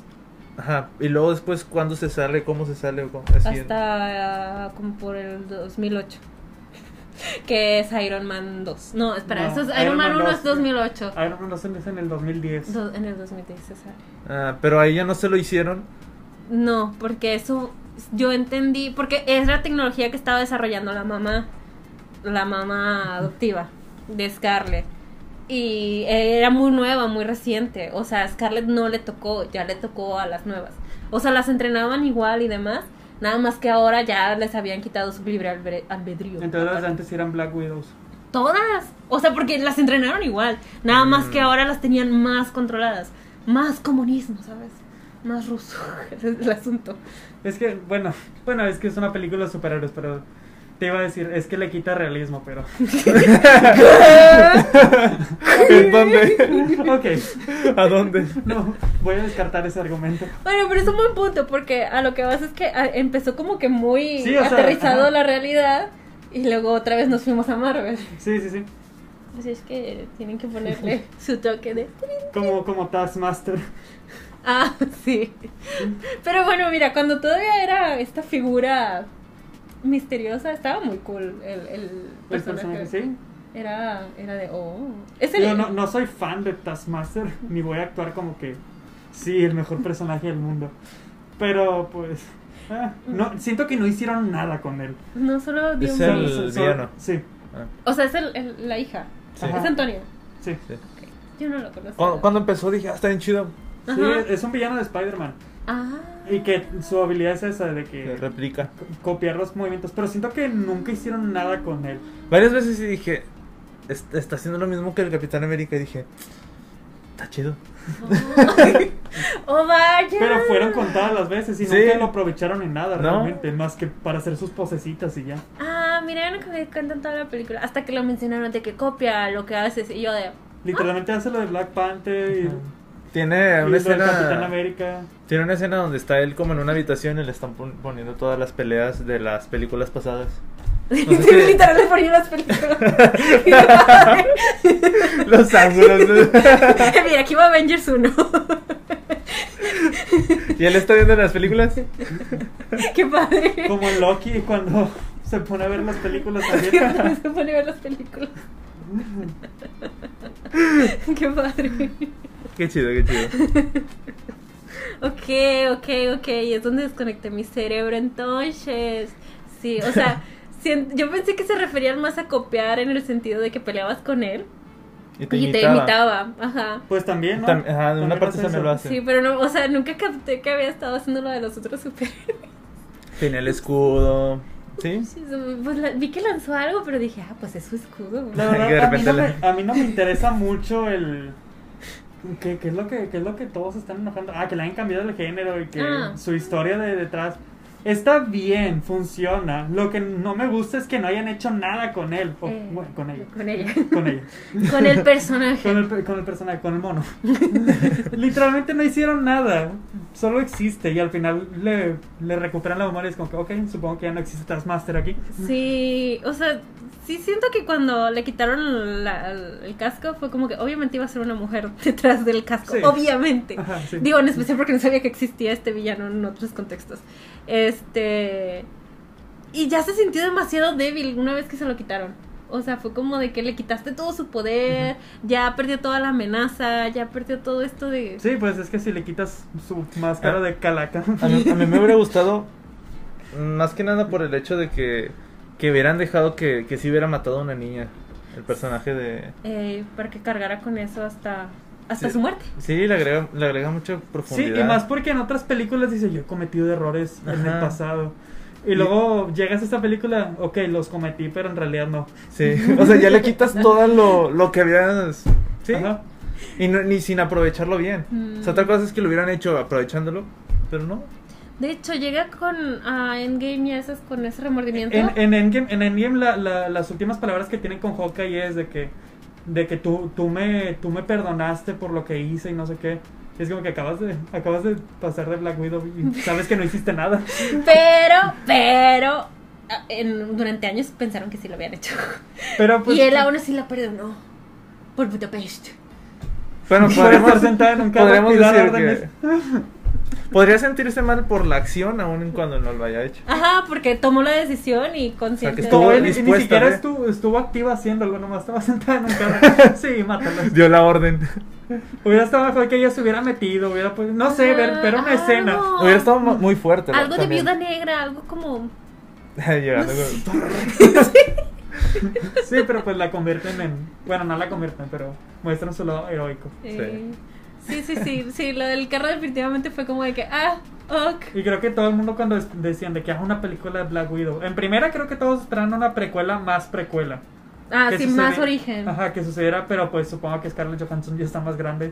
S3: Ajá, y luego después, ¿cuándo se sale? ¿Cómo se sale? o cómo- así.
S1: Hasta ah, como por el 2008. Que es Iron Man 2. No, espera,
S2: No,
S1: eso es Iron, Man 1 es 2008.
S2: Iron Man 2 es en el 2010.
S1: Do- en el 2010 se sale.
S3: Ah, pero a ella no se lo hicieron.
S1: No, porque eso yo entendí. Porque es la tecnología que estaba desarrollando la mamá. La mamá adoptiva de Scarlett. Y era muy nueva, muy reciente. O sea, a Scarlett no le tocó, ya le tocó a las nuevas. O sea, las entrenaban igual y demás. Nada más que ahora ya les habían quitado su libre albre- albedrío.
S2: Entonces antes eran Black Widows.
S1: Todas. O sea, porque las entrenaron igual. Nada más que
S3: Mm.
S1: ahora las tenían más controladas. Más comunismo, ¿sabes? Más ruso. Ese es el asunto.
S2: Es que, bueno, bueno, es que es una película de superhéroes, pero te iba a decir, es que le quita realismo, pero.
S3: ¿En dónde?
S2: ok,
S3: ¿A dónde?
S2: no, voy a descartar ese argumento.
S1: Bueno, pero es un buen punto porque a lo que vas es que ah, empezó como que muy
S2: Sí, o sea,
S1: aterrizado
S2: ajá.
S1: la realidad y luego otra vez nos fuimos a Marvel.
S2: Sí, sí, sí.
S1: Así es que tienen que ponerle su toque de...
S2: Como, como Taskmaster.
S1: Ah, sí. Pero bueno, mira, cuando todavía era esta figura misteriosa, estaba muy cool el, el
S2: El personaje,
S1: personaje.
S2: sí.
S1: Era, era de, oh. Es el,
S2: Yo no, no soy fan de Taskmaster, ni voy a actuar como que, sí, el mejor personaje del mundo. Pero pues, ah, no, siento que no hicieron nada con él.
S1: no solo dio
S3: Es
S1: un-
S2: Solo-
S3: el-
S2: solo-
S3: villano.
S2: Sí,
S3: Ah,
S1: O sea, es el, el- la hija.
S3: sí.
S2: Ajá.
S1: Es Antonio.
S2: sí.
S3: Sí.
S1: Yo no lo conozco.
S3: Cuando, cuando empezó dije, ah, está bien chido.
S1: Ajá.
S2: Sí, es un villano de Spider-Man.
S1: Ah.
S2: Y que su habilidad es esa de que
S3: Se Eh, replica.
S2: co- copiar los movimientos. Pero siento que nunca hicieron nada con él.
S3: Varias veces sí dije, "Es- está haciendo lo mismo que el Capitán América. Y dije, está chido.
S1: Oh, vaya.
S2: Pero fueron contadas las veces y
S3: Sí.
S2: nunca lo aprovecharon en nada
S3: No.
S2: realmente. Más que para hacer sus posecitas y ya.
S1: Ah, mira, yo nunca me di cuenta en toda la película. Hasta que lo mencionaron de que copia lo que haces. Y yo de.
S2: Literalmente hace lo de Black Panther y, y
S3: Tiene
S2: lo
S3: una
S2: del Capitán
S3: escena.
S2: América.
S3: Tiene una escena donde está él como en una habitación y le están pon- poniendo todas las peleas de las películas pasadas. sé
S1: Sí,
S3: qué-
S1: literal le ponía las películas. Y yo, "Ay".
S3: Los ángulos.
S1: Mira, aquí va Avengers 1.
S3: y él está viendo las películas.
S1: Qué padre.
S2: Como en Loki cuando se pone a ver las películas
S1: Cuando
S2: también.
S1: se pone a ver las películas. Qué padre.
S3: Qué chido, qué chido.
S1: Ok, ok, ok. Es donde desconecté mi cerebro entonces. Sí, o sea, sien- yo pensé que se referían más a copiar en el sentido de que peleabas con él
S3: Y te
S1: y te
S3: imitaba.
S1: imitaba. Ajá.
S2: Pues también, ¿no?
S3: Tam- ajá, de una
S2: También
S3: parte
S2: hace
S3: también
S2: eso.
S3: lo hace.
S1: Sí, pero no, o sea, nunca capté que había estado haciendo lo de los otros superhéroes.
S3: Tenía el escudo. ¿Sí?
S1: Pues la- vi que lanzó algo, pero dije, ah, pues es su escudo.
S2: La
S3: Y de
S2: verdad, a mí,
S3: repente
S2: no me,
S3: le-
S2: a mí no me interesa mucho el. ¿Qué, qué es lo que, qué es lo que todos están enojando? Ah, que le han cambiado el género y que
S1: Ah.
S2: su historia de detrás. Está bien, funciona. Lo que no me gusta es que no hayan hecho nada con él. O,
S1: Eh,
S2: oh, bueno, con ella.
S1: Con ella.
S2: Con ella.
S1: Con el personaje.
S2: Con el, pe- con el personaje, con el mono. Literalmente no hicieron nada. Solo existe y al final le, le recuperan la memoria. Es como que, ok, supongo que ya no existe Taskmaster aquí.
S1: Sí, o sea, sí siento que cuando le quitaron la- el casco fue como que obviamente iba a ser una mujer detrás del casco,
S2: Sí.
S1: obviamente.
S2: Ajá, sí.
S1: Digo, en especial porque no sabía que existía este villano en otros contextos. Este... Y ya se sintió demasiado débil una vez que se lo quitaron. O sea, fue como de que le quitaste todo su poder, ya perdió toda la amenaza, ya perdió todo esto de...
S2: Sí, pues es que si le quitas su máscara de calaca.
S3: Ah. A mí, a mí me hubiera gustado, más que nada por el hecho de que, que hubieran dejado que, que sí hubiera matado a una niña, el personaje de...
S1: eh, para que cargara con eso hasta, hasta
S3: Sí.
S1: su muerte.
S3: Sí, le agrega, le agrega mucha
S2: Sí,
S3: profundidad.
S2: y más porque en otras películas dice yo he cometido errores en el
S3: Ajá.
S2: pasado.
S3: Y-
S2: Y luego llegas a esta película, ok, los cometí, pero en realidad no.
S3: Sí, o sea, ya le quitas todo lo, lo que habías... Sí,
S2: Ajá.
S3: y no- ni sin aprovecharlo bien.
S1: Mm.
S3: O sea, otra cosa es que lo hubieran hecho aprovechándolo, pero no.
S1: De hecho, llega con ah, Endgame y haces con ese remordimiento.
S2: En, en Endgame, en Endgame la- la- las últimas palabras que tienen con Hawkeye es de que, de que tú, tú, me, tú me perdonaste por lo que hice y no sé qué. Y es como que acabas de, acabas de pasar de Black Widow y sabes que no hiciste nada.
S1: Pero, pero, ah, en- durante años pensaron que sí lo habían hecho.
S2: Pero pues,
S1: y él aún así la perdonó. Por Budapest.
S3: Bueno,
S2: Por
S3: podríamos,
S2: estar sentada en un carro
S3: podríamos
S2: y dar
S3: decir
S2: órdenes.
S3: que... Podría sentirse mal por la acción aún cuando no lo haya hecho.
S1: Ajá, porque tomó la decisión y
S3: que
S1: consciente.
S3: estuvo
S2: todo
S1: de-
S2: él, y ni
S3: dispuesta,
S2: siquiera
S3: ¿eh?
S2: estuvo, estuvo activa haciéndolo, nomás estaba sentada en un carro. Sí, mátalo.
S3: Dio la orden.
S2: Hubiera estado mejor que ella se hubiera metido, hubiera pues, no sé, ver, ver una
S1: Ah,
S2: escena.
S1: algo.
S3: Hubiera estado mu- muy fuerte. ¿no?
S1: Algo de
S3: También.
S1: viuda negra, algo como.
S3: Llegando
S1: No
S3: con-
S2: Sí, pero pues la convierten en, bueno, no la convierten, pero muestran su lado heroico.
S1: eh, sí. sí, sí, sí. lo del carro definitivamente fue como de que, ah, ok.
S2: Y creo que todo el mundo cuando es- decían de que haga una película de Black Widow, en primera creo que todos esperaban una precuela más precuela.
S1: Ah,
S2: Que
S1: sin más
S2: sucediera-
S1: origen.
S2: Ajá, que sucediera, pero pues supongo que Scarlett Johansson ya está más grande.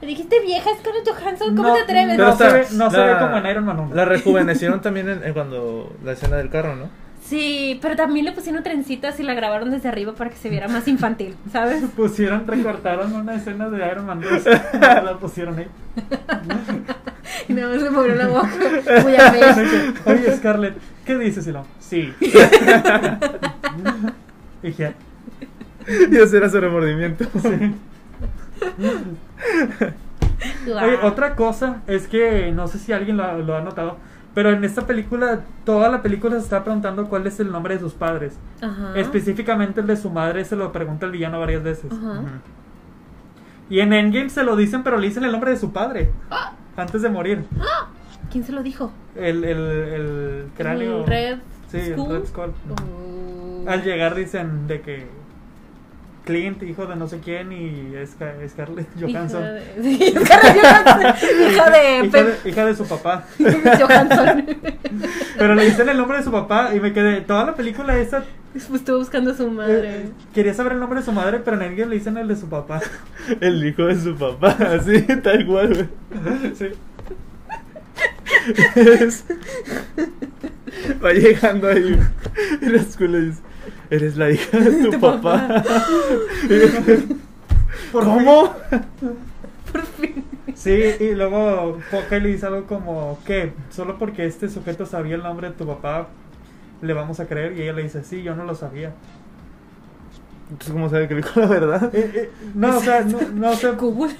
S1: Le dijiste vieja Scarlett Johansson, ¿cómo
S2: No,
S1: te atreves?
S2: Pero
S3: Pero
S2: se
S3: está-
S2: ve- no se ve como en Iron Man uno.
S3: La rejuvenecieron también en, en cuando la escena del carro, ¿no?
S1: Sí, pero también le pusieron trencitas y la grabaron desde arriba para que se viera más infantil, ¿sabes?
S2: Pusieron, recortaron una escena de Iron Man 2, la pusieron ahí.
S1: Y nada más le ponen la boca muy a
S2: De
S1: ver.
S2: que, Oye, Scarlett, ¿qué dices, Elon? Sí. Dije,
S3: Y ese era su remordimiento.
S2: Oye, otra cosa es que no sé si alguien lo, lo ha notado, Pero en esta película, toda la película se está preguntando cuál es el nombre de sus padres.
S1: Ajá.
S2: Específicamente el de su madre se lo pregunta el villano varias veces.
S1: Ajá.
S2: Y en Endgame se lo dicen, pero le dicen el nombre de su padre.
S1: Ah.
S2: Antes de morir.
S1: ¿Quién se lo dijo?
S2: El, el, el cráneo.
S1: El Red
S2: Sí, el
S1: Skull.
S2: Red Skull.
S1: Oh.
S2: Al llegar dicen de que Clint, hijo de no sé quién, y Scar- Scarlett
S1: Hija
S2: Johansson.
S1: de, sí, Scarlett Johansson. hija de
S2: Hija
S1: Pep
S2: de, hija de su papá.
S1: Johansson.
S2: Pero le dicen el nombre de su papá y me quedé. Toda la película esa.
S1: Después Pues, estuvo buscando a su
S2: eh,
S1: madre.
S2: quería saber el nombre de su madre, pero en Endgame le dicen el de su papá.
S3: El hijo de su papá, así, tal cual, güey.
S2: Sí.
S3: Es- Va llegando ahí en la escuela y dice, eres la hija de tu,
S1: Tu
S3: papá.
S1: papá.
S2: Por
S3: ¿Cómo?
S1: Por fin.
S2: Sí, y luego Hawkeye le dice algo como que solo porque este sujeto sabía el nombre de tu papá, le vamos a creer. Y ella le dice, sí, yo no lo sabía.
S3: Entonces, ¿cómo sabe que le dijo la verdad?
S2: Eh, eh, no, o sea, no, no sé.
S1: Google.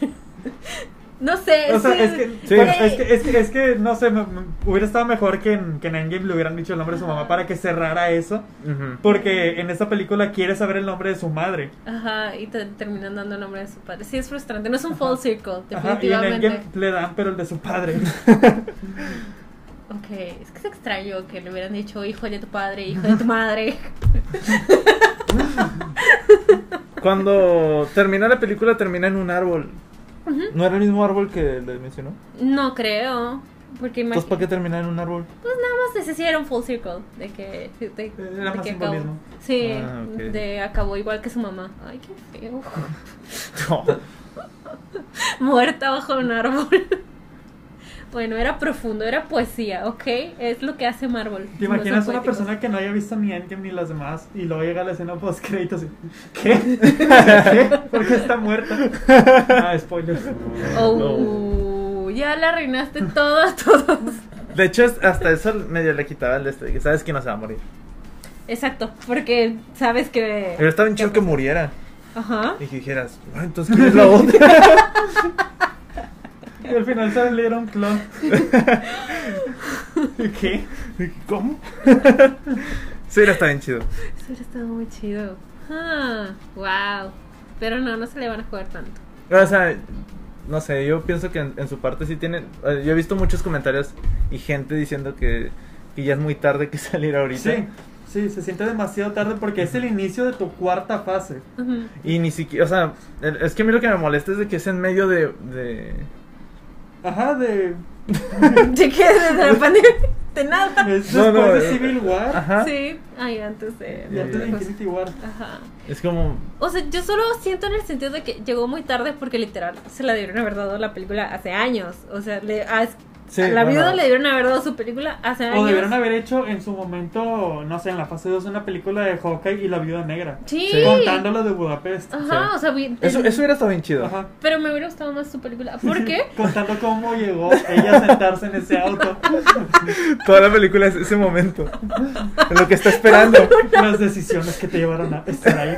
S1: No sé.
S2: O sea,
S1: sí,
S2: es que,
S3: Sí.
S2: bueno, es, que, es, que, es que, no sé, me- me- hubiera estado mejor que en, que en Endgame le hubieran dicho el nombre de su mamá para que cerrara eso.
S3: Ujú.
S2: Porque en esta película quiere saber el nombre de su madre.
S1: Ajá, y te terminan dando el nombre de su padre. Sí, es frustrante. No es un
S2: Ajá.
S1: full circle,
S2: Ajá, y en
S1: definitivamente.
S2: Endgame le dan, pero el de su padre.
S1: Ok, es que es extraño que le hubieran dicho hijo de tu padre, hijo de tu madre.
S3: Cuando termina la película, termina en un árbol. ¿No era el mismo árbol que le mencionó?
S1: No creo. Porque
S3: Entonces, ¿para
S1: imagínate.
S3: qué terminar en un árbol?
S1: Pues nada más necesitaron full circle. De que. De,
S2: Era
S1: de
S2: más
S1: que
S2: simbolismo.
S1: acabó. Sí,
S3: Ah, ok.
S1: de acabó igual que su mamá. Ay, qué feo.
S3: No.
S1: Muerta bajo un árbol. bueno, era profundo, era poesía, ¿ok? Es lo que hace Marvel.
S2: ¿Te imaginas una persona que no haya visto ni Endgame ni las demás y luego llega a la escena post créditos y ¿qué? ¿Qué? ¿Por qué está muerta? Ah, spoiler.
S1: Oh, ya la arruinaste todas, todos.
S3: De hecho, es- hasta eso medio le quitaba el de este, que sabes que no se va a morir.
S1: Exacto, porque sabes que.
S3: Pero estaba en shock que muriera.
S1: Ajá.
S3: Y que dijeras, "Ah, entonces, ¿quién es la otra?
S2: Y al final saliera un clon. ¿Qué?
S3: ¿Cómo? sí, era está bien chido.
S1: Eso hubiera estado muy chido. Ah, wow. Pero no, no se le van a jugar tanto.
S3: O sea, no sé, yo pienso que en, en su parte sí tienen. eh, Yo he visto muchos comentarios y gente diciendo que, que ya es muy tarde que salir ahorita.
S2: Sí, sí, se siente demasiado tarde porque es el inicio de tu cuarta fase.
S1: Ujú.
S3: Y ni siquiera, o sea, el- es que a mí lo que me molesta es de que es en medio de. de...
S2: Ajá, de.
S1: ¿De qué? ¿De la pandemia? De nada.
S2: Es después
S3: No, no,
S2: de
S3: eh,
S2: Civil War.
S3: Ajá.
S1: Sí, ay, antes de.
S2: Y antes de
S3: Eh,
S2: Infinity War.
S1: Ajá.
S3: Es como.
S1: O sea, yo solo siento en el sentido de que llegó muy tarde porque literal se la dieron haber dado la película hace años. O sea, le, a,
S3: Sí,
S1: a la
S3: bueno.
S1: viuda le dieron haber dado su película hace
S2: O
S1: años.
S2: debieron haber hecho en su momento, no sé, en la fase 2 una película de Hawkeye y la Viuda Negra.
S1: Sí. Ah.
S3: Sí.
S2: Contando lo de Budapest.
S1: Ajá,
S3: Sí.
S1: o sea, vi-
S3: Eso, eso hubiera estado bien chido.
S2: Ajá.
S1: pero me hubiera gustado más su película. ¿Por qué?
S2: Contando cómo llegó ella a sentarse en ese auto.
S3: Toda la película es ese momento. En lo que está esperando.
S2: Las decisiones que te llevaron a estar ahí.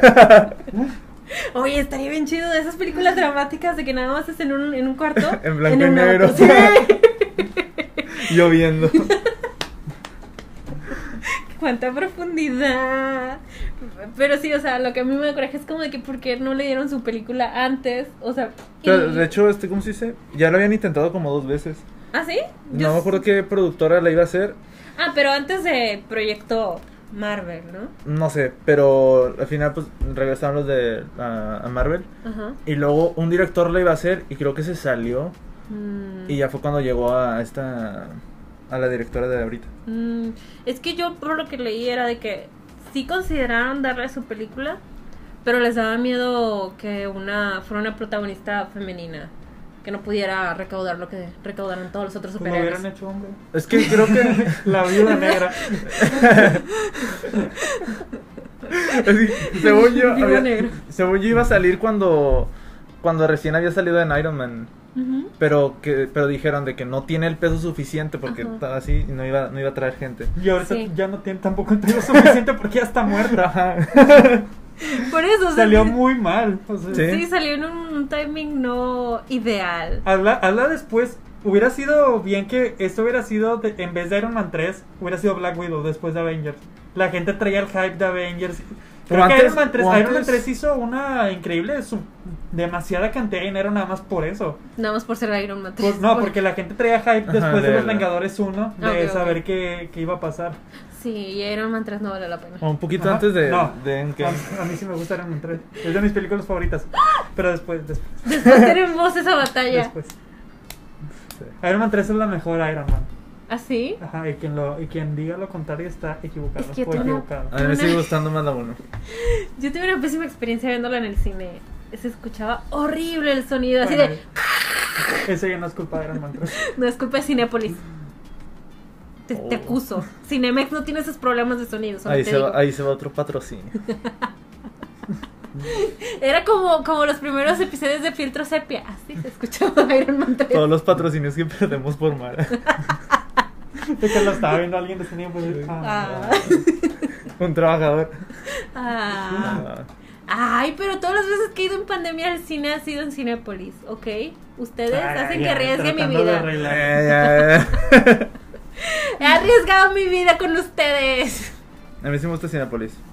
S1: Oye, estaría bien chido de esas películas dramáticas de que nada más es en un, en un cuarto.
S3: En blanco
S1: un
S3: y negro.
S1: auto. Sí.
S3: Lloviendo.
S1: Cuánta profundidad. Pero sí, o sea, lo que a mí me da coraje es como de que por qué no le dieron su película antes. O sea, y-
S3: Pero, de hecho, este, ¿cómo se dice? Ya lo habían intentado como dos veces.
S1: ¿ah, sí? Yo
S3: No me acuerdo qué productora la iba a hacer.
S1: Ah, pero antes de proyecto Marvel, ¿no?
S3: No sé, pero al final pues regresaron los de a, a Marvel.
S1: Ajá.
S3: Y luego un director la iba a hacer y creo que se salió.
S1: Mm,
S3: Y ya fue cuando llegó a esta... A la directora de ahorita.
S1: mm, es que yo por lo que leí era de que sí consideraron darle su película, pero les daba miedo que una fuera una protagonista femenina, que no pudiera recaudar lo que recaudaron todos los otros
S2: Pues lo hubieran
S1: superhéroes.
S2: hecho hombre.
S3: Es que creo que...
S2: La Viuda Negra.
S3: Así, según yo...
S1: Vivo
S3: había-
S1: negro.
S3: según yo iba a salir cuando... Cuando recién había salido en Iron Man.
S1: Ujú.
S3: Pero que pero dijeron de que no tiene el peso suficiente porque
S1: Ajá.
S3: estaba así y no iba, no iba a traer gente.
S2: Y ahorita
S1: Sí.
S2: ya no tiene tampoco el pelo suficiente porque ya está muerta.
S1: Por eso o sea,
S2: Salió muy mal. o sea,
S3: Sí.
S1: Sí, salió en un timing no ideal.
S2: Habla, habla después Hubiera sido bien que esto hubiera sido, de- en vez de Iron Man 3, hubiera sido Black Widow después de Avengers. La gente traía el hype de Avengers. Creo
S3: Pero
S2: que
S3: antes-
S2: Iron, Man 3,
S3: o
S2: Iron Man
S3: antes-
S2: 3 hizo una increíble, su- demasiada cantidad de dinero nada más por eso.
S1: Nada más por ser Iron Man
S2: Pues,
S1: 3.
S2: no, porque la gente traía hype
S3: Ajá,
S2: después de,
S3: de
S2: Los
S3: la-
S2: Vengadores 1, de
S1: Ok, ok.
S2: saber qué, qué iba a pasar.
S1: Sí, y Iron Man 3 no vale la pena.
S3: O un poquito
S2: Ajá.
S3: antes de,
S2: No.
S3: de Endgame.
S2: A, a mí sí me gusta Iron Man 3. Es de mis películas favoritas. Pero después, después.
S1: Después tenemos esa batalla.
S2: después. Iron Man 3 es la mejor Iron Man.
S1: ¿Así?
S2: Ajá, y quien, lo, y quien diga lo contrario está equivocado.
S1: Es que
S2: o
S1: tú no-
S2: equivocado.
S3: A mí me sigue gustando más la 1.
S1: Yo tuve una pésima experiencia viéndola en el cine. Se escuchaba horrible el sonido, así
S2: Bueno,
S1: de.
S2: Ese ya no es culpa de Iron Man 3.
S1: No es culpa de Cinépolis. Te, te
S3: Oh.
S1: acuso. Cinemex no tiene esos problemas de sonido. solo
S3: Ahí
S1: te
S3: se,
S1: digo.
S3: va, ahí se va otro patrocinio.
S1: Era como, como los primeros episodios de Filtro Sepia. Así se escuchaba Iron Man 3.
S3: Todos los patrocinios que perdemos por Mara.
S2: Es que lo estaba viendo alguien de ese tiempo. y-
S1: Ah.
S2: Ah,
S3: Un trabajador.
S1: Ah.
S3: Ah.
S1: Ay, pero todas las veces que he ido en pandemia al cine ha sido en Cinépolis, ¿ok? Ustedes
S2: Ay,
S1: hacen
S2: ay,
S1: que
S2: ay,
S1: arriesgue mi
S2: Ah, tratando de
S1: vida.
S2: arreglar.
S3: Eh, eh.
S1: He arriesgado mi vida con ustedes.
S3: A mí sí me gusta Cinepolis.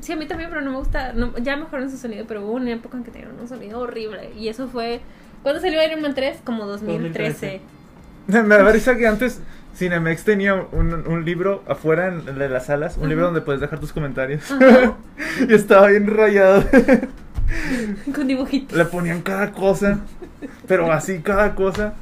S1: Sí, a mí también, pero no me gusta. no- ya mejoraron su sonido, pero hubo una época en que tenían un sonido horrible. Y eso fue. ¿Cuándo salió Iron Man 3? Como 2013.
S3: Me da risa que antes Cinemex tenía un, un libro afuera en- de las salas, un libro
S1: Ajá.
S3: donde puedes dejar tus comentarios.
S1: Ajá.
S3: y estaba bien rayado.
S1: Con dibujitos.
S3: Le ponían cada cosa, pero así cada cosa.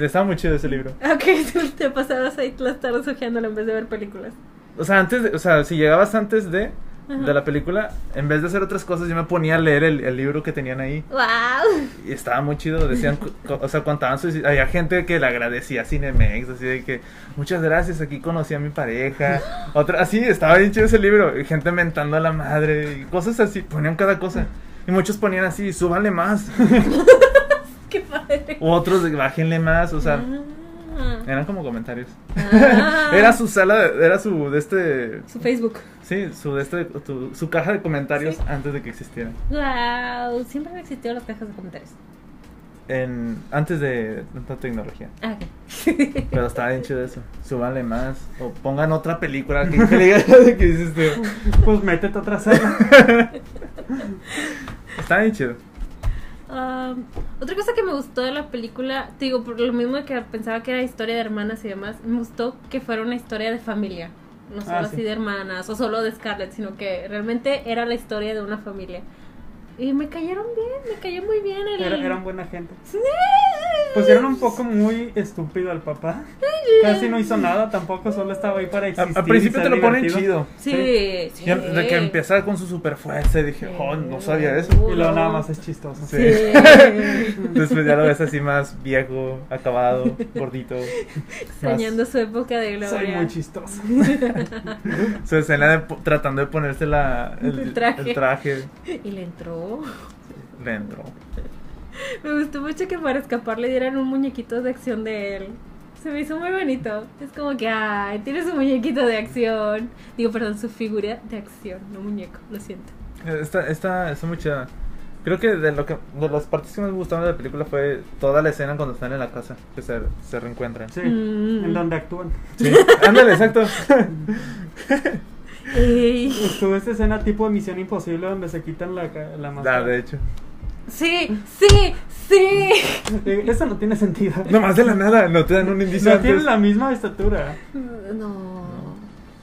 S3: Estaba muy chido ese libro.
S1: Ah, Ok, te pasabas ahí las tardes ojeándolo en vez de ver películas.
S3: O sea, antes, de- o sea, si llegabas antes de,
S1: Ajá.
S3: de la película, en vez de hacer otras cosas, yo me ponía a leer el, el libro que tenían ahí.
S1: ¡Wow!
S3: Y estaba muy chido, decían, cu- co- o sea, contaban sus... Había gente que le agradecía a Cinemex, así de que, muchas gracias, aquí conocí a mi pareja. Otra, así, estaba bien chido ese libro. Y gente mentando a la madre y cosas así, ponían cada cosa. Y muchos ponían así, súbanle más.
S1: ¡Qué padre!
S3: U otros, de, bájenle más, o sea,
S1: Ah.
S3: eran como comentarios.
S1: Ah.
S3: Era su sala, de- era su, de este,
S1: Su Facebook.
S3: Sí, su, de este, tu- su caja de comentarios
S1: Sí.
S3: antes de que existiera.
S1: ¡Wow! Siempre han existido las cajas de comentarios.
S3: En, antes de tanta tecnología.
S1: Ah, ok.
S3: Pero está bien chido eso. Súbanle más. O pongan otra película que, que diga de que dices tú.
S2: Pues métete a otra sala.
S3: Está bien chido.
S1: Um, otra cosa que me gustó de la película, te digo, por lo mismo que pensaba que era historia de hermanas y demás, me gustó que fuera una historia de familia. No solo
S2: Ah, sí.
S1: así de hermanas o solo de Scarlett, sino que realmente era la historia de una familia. Y me cayeron bien, me cayó muy bien el...
S2: Era- eran buena gente.
S1: Sí.
S2: Pusieron un poco muy estúpido al papá. Casi no hizo nada tampoco, solo estaba ahí para
S3: A-
S2: existir.
S3: Al
S2: y
S3: principio te
S2: ser
S3: lo ponen
S2: divertido.
S3: chido.
S1: Sí, sí.
S3: Ya De que empieza con su super fuerza. Y dije, oh, no sabía eso.
S2: Y luego nada más es chistoso.
S3: Sí.
S1: Sí.
S3: Después ya lo ves así más viejo, acabado, gordito.
S1: Extrañando su época de gloria.
S2: Soy muy chistoso.
S3: Su escena de po- tratando de ponerse la,
S1: El traje.
S3: el traje.
S1: Y le entró.
S3: Le entró.
S1: Me gustó mucho que para escapar le dieran un muñequito de acción de él. Se me hizo muy bonito. Es como que, ay, tiene su muñequito de acción. Digo, perdón, su figura de acción, no muñeco, lo siento.
S3: Esta, esta, está muy chida. Creo que de lo que de las partes que más me gustaron de la película fue toda la escena cuando están en la casa, que se, se reencuentran.
S2: Sí,
S1: Mm.
S2: en donde actúan.
S3: Sí. Ándale, exacto. Ah,
S1: Ey.
S2: Estuvo esta escena tipo de Misión Imposible donde se quitan la, ca- la máscara.
S3: Ah, de hecho.
S1: Sí, sí, sí.
S2: Eh, Eso no tiene sentido.
S3: Nomás de la nada, no te dan un indicio
S2: No
S3: antes.
S2: tienen la misma estatura.
S1: No.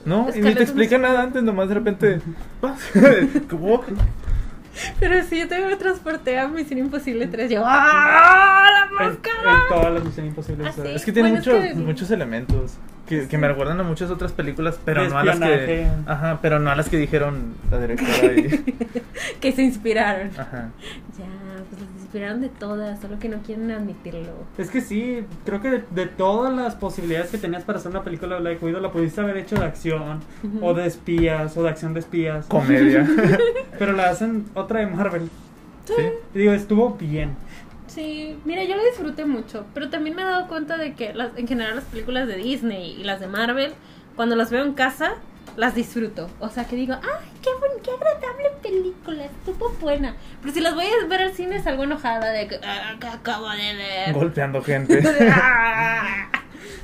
S3: No,
S1: Es
S3: y
S1: que no
S3: ni te
S1: te-
S3: explican nada antes, nomás de repente. ¡pah! ¿Cómo?
S1: Pero sí, yo también me transporté a Misión Imposible 3. Yo, ¡ah! ¡La
S2: En,
S1: máscara!
S2: en todas las Misión Imposible.
S1: Ah, sí.
S3: Es que tiene
S1: Bueno, es
S3: muchos,
S1: que-
S3: muchos elementos que, que me recuerdan a muchas otras películas, pero
S2: De
S3: no a las que.
S2: espionaje.
S3: Ajá, pero no a las que dijeron la directora y.
S1: Que se inspiraron.
S2: Ah.
S3: Ajá.
S1: Ya, pues se inspiraron de todas, solo que no quieren admitirlo.
S2: Es que sí, creo que de, de todas las posibilidades que tenías para hacer una película de Black Widow, la pudiste haber hecho de acción,
S1: Ujú.
S2: o de espías, o de acción de espías.
S3: Comedia.
S2: Pero la hacen otra de Marvel.
S3: sí.
S2: Y digo, estuvo bien.
S1: Sí, mira, yo lo disfruté mucho, pero también me he dado cuenta de que las, en general las películas de Disney y las de Marvel, cuando las veo en casa, las disfruto. O sea, que digo, ¡ay, qué, bon- qué agradable película, estuvo buena. Pero si las voy a ver al cine salgo enojada de que "Ah, que acabo de ver.
S3: Golpeando gente.
S1: Ah.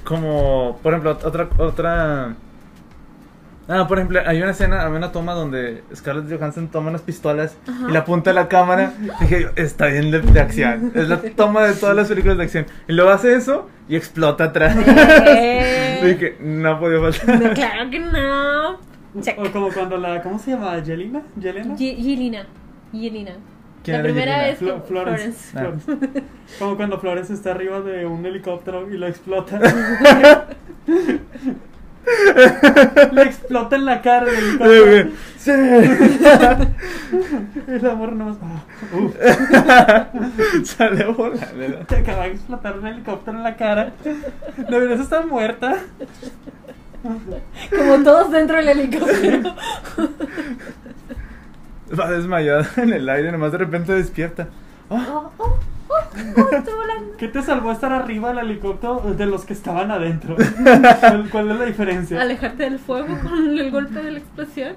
S3: Como, por ejemplo, otra. otra Ah, por ejemplo, hay una escena, hay una toma donde Scarlett Johansson toma unas pistolas y la apunta a la cámara. Dije, yo, está bien de, de acción. Es la toma de todas las películas de acción. Y luego hace eso y explota atrás.
S1: Eh.
S3: Dije, no podía faltar.
S1: No, claro que no. Check.
S2: O como cuando la. ¿Cómo se llama? ¿Yelena? ¿Yelena?
S1: Ye- Yelena. Yelena. La
S3: ¿Quién era
S1: primera
S3: Yelena?
S1: vez que
S2: Flo- Florence.
S1: Florence.
S3: Florence.
S2: Florence. Como cuando Florence está arriba de un helicóptero y lo explota. le explota en la cara el helicóptero.
S3: Sí.
S2: El amor no más. ah, uf,
S3: Sale volando.
S2: te acaba de explotar un helicóptero en la cara. Deberías estar muerta.
S1: Como todos dentro del helicóptero.
S2: Ah.
S3: Va desmayada en el aire, nomás de repente despierta. Ah,
S1: Oh, oh, oh, oh, estoy volando.
S2: ¿Qué te salvó estar arriba del helicóptero de los que estaban adentro? ¿Cuál, cuál es la diferencia?
S1: Alejarte del fuego con el golpe de la explosión.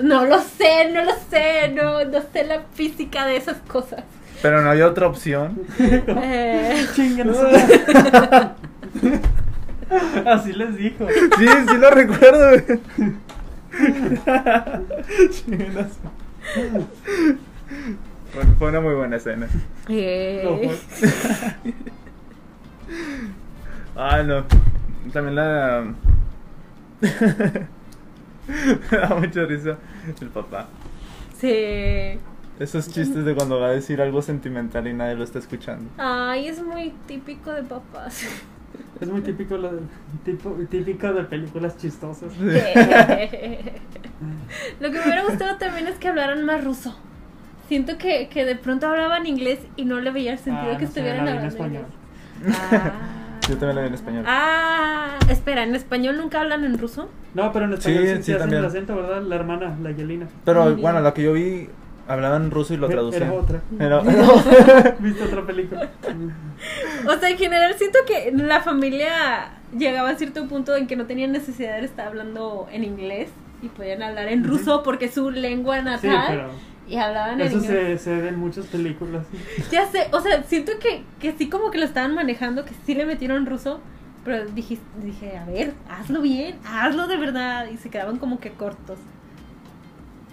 S1: No lo sé, no lo sé, no, no sé la física de esas cosas.
S3: Pero no había otra opción.
S1: Eh,
S2: Chinga, no sé. Así les dijo.
S3: Sí, sí lo recuerdo. güey. Chingas. Bueno, fue una muy buena escena.
S2: No, pues.
S1: eh.
S2: fue-
S3: Ah, no. También la. Me da mucha risa el papá.
S1: Sí.
S3: Esos chistes de cuando va a decir algo sentimental y nadie lo está escuchando.
S1: Ay, es muy típico de papás.
S2: Es muy típico, lo de- tipo, típico de películas chistosas.
S1: Lo que me hubiera gustado también es que hablaran más ruso. Siento que, que de pronto hablaban inglés y no le veía el sentido
S2: Ah,
S1: que
S2: no sé,
S1: estuvieran
S2: la vi en
S1: hablando
S2: español.
S1: inglés. Ah.
S3: Yo también la vi en español.
S1: Ah, espera, ¿en español nunca hablan en ruso?
S2: No, pero en
S3: Sí,
S2: español sí,
S3: sí,
S2: sí hacen
S3: también.
S2: el acento, ¿verdad? La hermana, la Yelina.
S3: Pero
S1: Muy bien.
S3: bueno, lo que yo vi hablaban ruso y lo
S2: Era
S3: traducían.
S2: otra.
S3: Era-
S2: ¿Viste otra película?
S1: O sea, en general siento que la familia llegaba a cierto punto en que no tenían necesidad de estar hablando en inglés y podían hablar en ruso porque su lengua
S2: Sí,
S1: natal
S2: pero
S1: y hablaban en
S2: eso
S1: inglés.
S2: se, se ve en muchas películas.
S1: Ya sé, o sea, siento que, que sí como que lo estaban manejando, que sí le metieron ruso, pero dije, dije, a ver, hazlo bien, hazlo de verdad, y se quedaban como que cortos.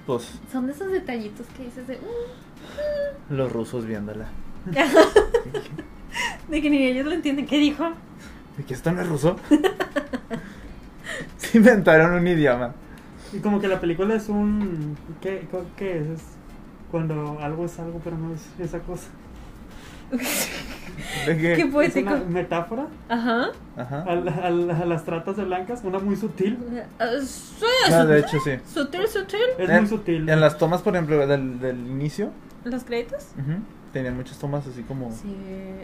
S3: Pues
S1: Son de esos detallitos que dices de, "Mm",
S3: los rusos viéndola.
S1: de que ni ellos lo entienden, ¿qué dijo?
S3: ¿De qué están en ruso? Se inventaron un idioma.
S2: Y como que la película es un... ¿Qué, co- qué es? Es cuando algo es algo, pero no es esa cosa.
S3: ¿De qué?
S1: Qué
S2: Es
S1: poético.
S2: una metáfora Ah,
S1: Ajá.
S3: Ajá.
S2: a, la- a la- a las tratas de blancas, una muy sutil.
S1: Ah, sí,
S3: No, de
S1: sutil,
S3: hecho, sí.
S1: sutil, sutil.
S2: Es
S3: En-
S2: muy sutil.
S3: Eh, En las tomas, por ejemplo, del, del inicio,
S1: ¿Los créditos?
S3: ujú, tenían muchas tomas así como.
S1: Sí,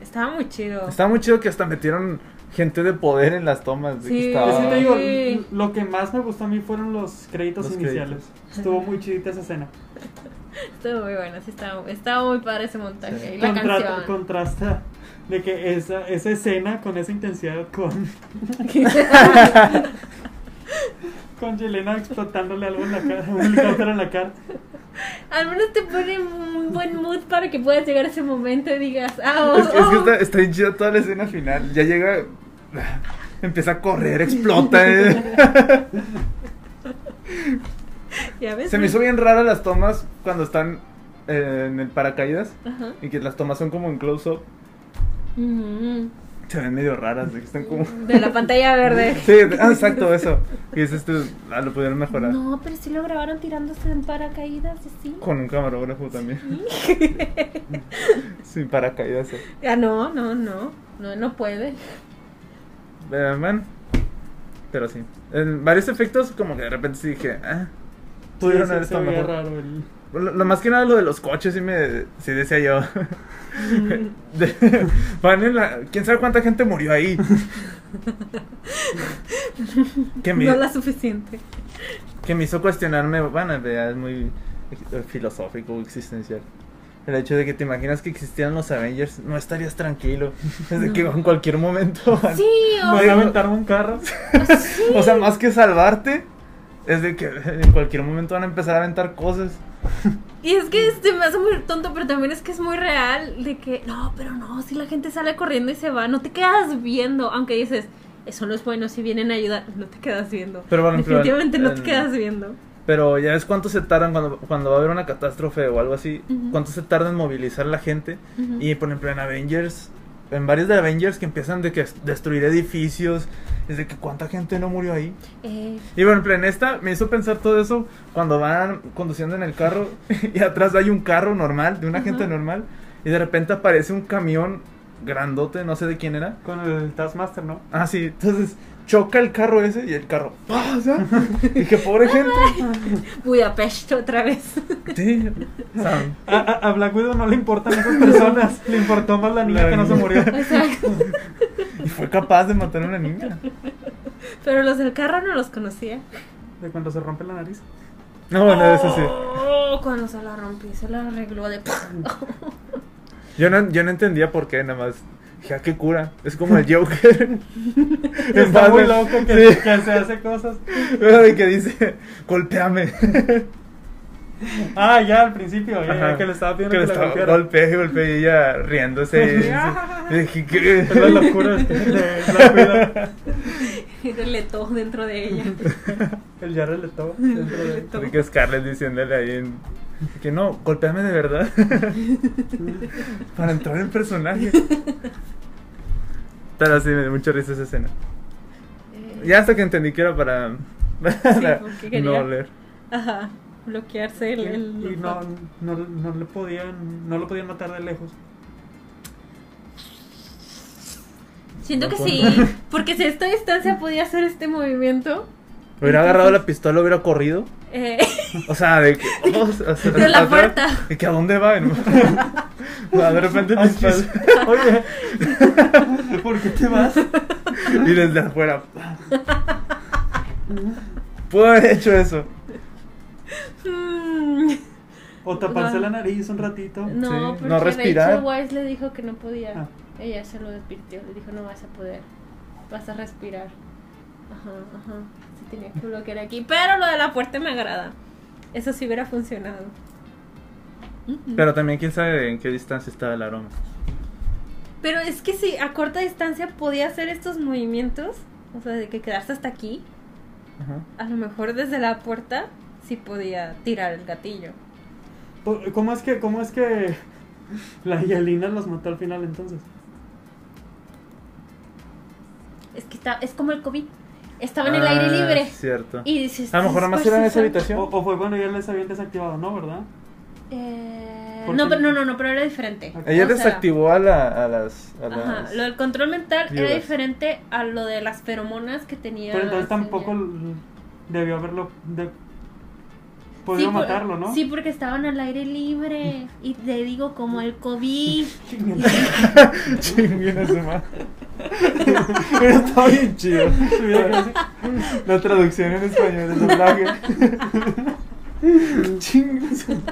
S1: estaba muy chido.
S3: Está muy chido que hasta metieron gente de poder en las tomas. de que
S1: Sí.
S3: estaba-
S2: Es que te digo,
S1: Sí.
S2: lo que más me gustó a mí fueron los créditos
S3: Los
S2: iniciales. Estuvo muy chidita esa escena.
S1: Estuvo muy bueno, sí, estaba, estaba muy padre ese montaje.
S3: Sí.
S1: Y la
S2: Contra-
S1: canción.
S2: Contrasta de que esa, esa escena con esa intensidad con, con Yelena explotándole algo en la cara, un helicóptero en la cara.
S1: Al menos te pone un buen mood para que puedas llegar a ese momento y digas, ah, oh,
S3: Es que, es que
S1: oh".
S3: está, está bien chida toda la escena final. Ya llega. Empieza a correr, explota. eh.
S1: Ya ves,
S3: Se me
S1: ¿no?
S3: hizo bien rara las tomas cuando están eh, en el paracaídas
S1: Ajá.
S3: y que las tomas son como en close-up.
S1: Mm,
S3: Se ven medio raras, de que están como.
S1: De la pantalla verde.
S3: Sí, ah, exacto, eso. Y dices tú, ah, lo pudieron mejorar.
S1: No, pero sí lo grabaron tirándose en paracaídas, y sí.
S3: Con un camarógrafo también. Sin paracaídas. eh.
S1: Ah, no, no, no. No, no puede.
S3: Eh, bueno, pero sí. En varios efectos, como que de repente sí dije, ah, pudieron
S2: Sí,
S3: haber
S2: sí, se
S3: estado
S2: veía
S3: mejor.
S2: raro el-
S3: Lo, lo más que nada lo de los coches, sí, me, sí decía yo. De- van en la. ¿Quién sabe cuánta gente murió ahí? que, me,
S1: No la suficiente.
S3: que me hizo cuestionarme, bueno, en realidad es muy eh, filosófico, existencial. El hecho de que te imaginas que existieran los Avengers, no estarías tranquilo. Es de que en cualquier momento. van-
S1: Sí, o
S2: Van a aventar un carro.
S3: O sea, más que salvarte, Es de que en cualquier momento van a empezar a aventar cosas.
S1: Y es que este me hace muy tonto, pero también es que es muy real de que, no, pero no, si la gente sale corriendo y se va, no te quedas viendo, aunque dices, eso no es bueno, si vienen a ayudar, no te quedas viendo.
S3: Pero bueno, pero
S1: Definitivamente
S3: en-
S1: no te
S3: en-
S1: quedas viendo.
S3: Pero ya ves cuánto se tardan cuando, cuando va a haber una catástrofe o algo así.
S1: Ujú.
S3: Cuánto se tarda en movilizar la gente.
S1: Ujú.
S3: Y por ejemplo en Avengers, en varios de Avengers que empiezan de que es- destruir edificios. Es de que cuánta gente no murió ahí.
S1: Eh,
S3: Y bueno, en plan, esta me hizo pensar todo eso cuando van conduciendo en el carro y atrás hay un carro normal, de una gente
S1: Ajá.
S3: normal, y de repente aparece un camión grandote, no sé de quién era.
S2: Con el Taskmaster, ¿no?
S3: Ah, sí, entonces choca el carro ese y el carro pasa. Y que pobre gente.
S1: Budapest otra vez.
S3: Sí, o sea,
S2: A, a- a Black Widow no le importan esas personas. Le importó más la niña
S3: La
S2: que no se
S3: niña.
S2: murió.
S3: y fue capaz de matar a una niña.
S1: Pero los del carro no los conocía.
S2: De cuando se rompe la nariz.
S3: No, bueno, eso sí.
S1: Oh, cuando se la rompí, se la arregló de...
S3: Yo no, yo no entendía por qué, nada más. Dije, "Ah, qué cura. Es como el Joker. En
S2: Está
S3: paz
S2: muy
S3: de-
S2: loco que,
S3: sí.
S2: que se hace cosas.
S3: Pero de que dice, golpeame.
S2: Ah, ya al principio, ya, ya,
S3: Ajá.
S2: que le estaba pidiendo
S3: Que
S2: que,
S3: le
S2: la
S3: estaba-
S2: golpeara.
S3: golpeé, golpeé, y ella riéndose. y- y dije, "¿Qué?".
S2: Es la locura de- de Black Widow.
S1: Y reletó dentro de ella.
S2: El Jared Leto. dentro de-
S3: De que Scarlett diciéndole ahí en- que no, golpeame de verdad. Para entrar en personaje. Pero sí, me dio mucha risa esa escena.
S1: Eh,
S3: Ya hasta que entendí que era para. para
S1: porque quería.
S3: no leer.
S1: Ajá, bloquearse el... el-
S2: Y no, no, no le podían, no lo podían matar de lejos.
S1: Siento
S3: No
S1: que
S3: puedo.
S1: sí, porque si a esta distancia podía hacer este movimiento,
S3: Hubiera agarrado la pistola, hubiera corrido.
S1: eh,
S3: O sea, de que. oh, o sea,
S1: De la
S3: atrás,
S1: puerta.
S3: De que a dónde va. y no- O sea, de repente
S2: Ay,
S3: dispara.
S2: Oye, ¿por qué te vas?
S3: Y desde afuera. Pudo haber hecho eso.
S1: mm,
S2: O taparse la nariz un ratito.
S1: no,
S3: no
S1: porque
S3: respirar.
S1: Rachel Wise le dijo que no podía.
S2: Ah.
S1: Ella se lo despidió, le dijo no vas a poder, vas a respirar. Ajá, ajá, se tenía que bloquear aquí, pero lo de la puerta me agrada. Eso sí hubiera funcionado. Ujú.
S3: Pero también, quién sabe en qué distancia estaba el aroma.
S1: Pero es que si a corta distancia podía hacer estos movimientos, o sea, de que quedarse hasta aquí,
S3: Ajá.
S1: a lo mejor desde la puerta sí podía tirar el gatillo.
S2: Por- ¿Cómo es que, cómo es que la Yelena los mató al final entonces?
S1: Es que está, es como el COVID. Estaba en el aire
S3: Ah,
S1: libre.
S3: Cierto.
S1: Y dices,
S3: A lo mejor nada más era en esa habitación.
S2: O, o fue cuando ya les habían desactivado, ¿no? ¿Verdad?
S1: Eh,
S2: ¿Por
S1: no,
S2: qué?
S1: pero no, no, no, pero era diferente.
S2: Ajá.
S3: Ella
S1: O sea,
S3: desactivó a, la, a las. A
S1: Ajá,
S3: las-
S1: lo del control mental era
S3: vibras.
S1: diferente a lo de las feromonas que tenía.
S2: Pero entonces tampoco
S1: Celia.
S2: l- debió haberlo de,
S1: Sí,
S2: podido
S1: por-
S2: matarlo, ¿no?
S1: Sí, porque estaban al aire libre. Y te digo, como el COVID.
S3: Chinguen a su madre. Pero está bien chido. La traducción en español, el doblaje. Chinguen a su madre.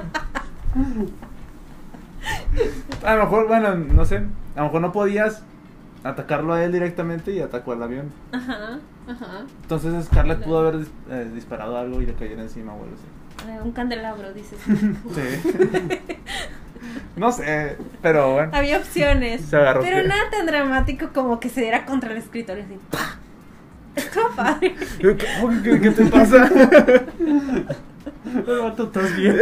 S3: A lo mejor, bueno, no sé. A lo mejor no podías atacarlo a él directamente y atacó al avión.
S1: Ajá, ajá.
S3: Entonces Scarlett pudo haber dis- eh, disparado algo y le cayera encima o algo así.
S1: Eh, un candelabro, dices.
S3: Sí. No sé, pero bueno.
S1: Había opciones.
S3: Se agarró
S1: pero
S3: que-
S1: nada tan dramático como que se diera contra el escritorio así. ¡pah! Estuvo padre.
S3: ¿Qué, qué- qué te pasa?
S2: El vato, ¿estás bien?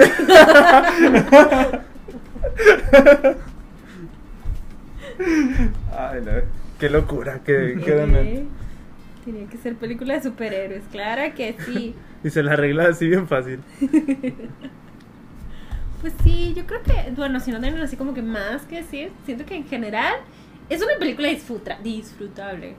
S3: Ay, no, qué locura, qué, qué demente.
S1: Eh, Tenía que ser película de superhéroes, claro que sí.
S3: Y se la arregla así bien fácil.
S1: Pues sí, yo creo que, bueno, si no tienen así como que más que decir, siento que en general es una película disfruta, disfrutable.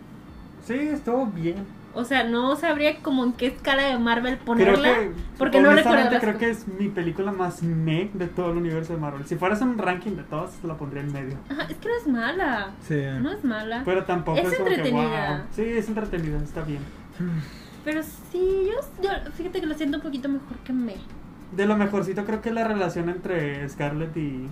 S2: Sí, estuvo bien.
S1: O sea, no sabría como en qué escala de Marvel
S2: Creo
S1: ponerla.
S2: que,
S1: porque no
S2: honestamente,
S1: recuerdo las
S2: creo que es mi película más meh de todo el universo de Marvel. Si fueras un ranking de todas, la pondría en medio.
S1: Ajá, es que no es mala.
S3: Sí.
S1: No es mala.
S2: Pero tampoco
S1: Es
S2: es, como que
S1: entretenida.
S2: wow. Sí, es entretenida, está bien.
S1: Pero sí, yo, yo fíjate que lo siento un poquito mejor que me.
S2: De lo mejorcito creo que es la relación entre Scarlett y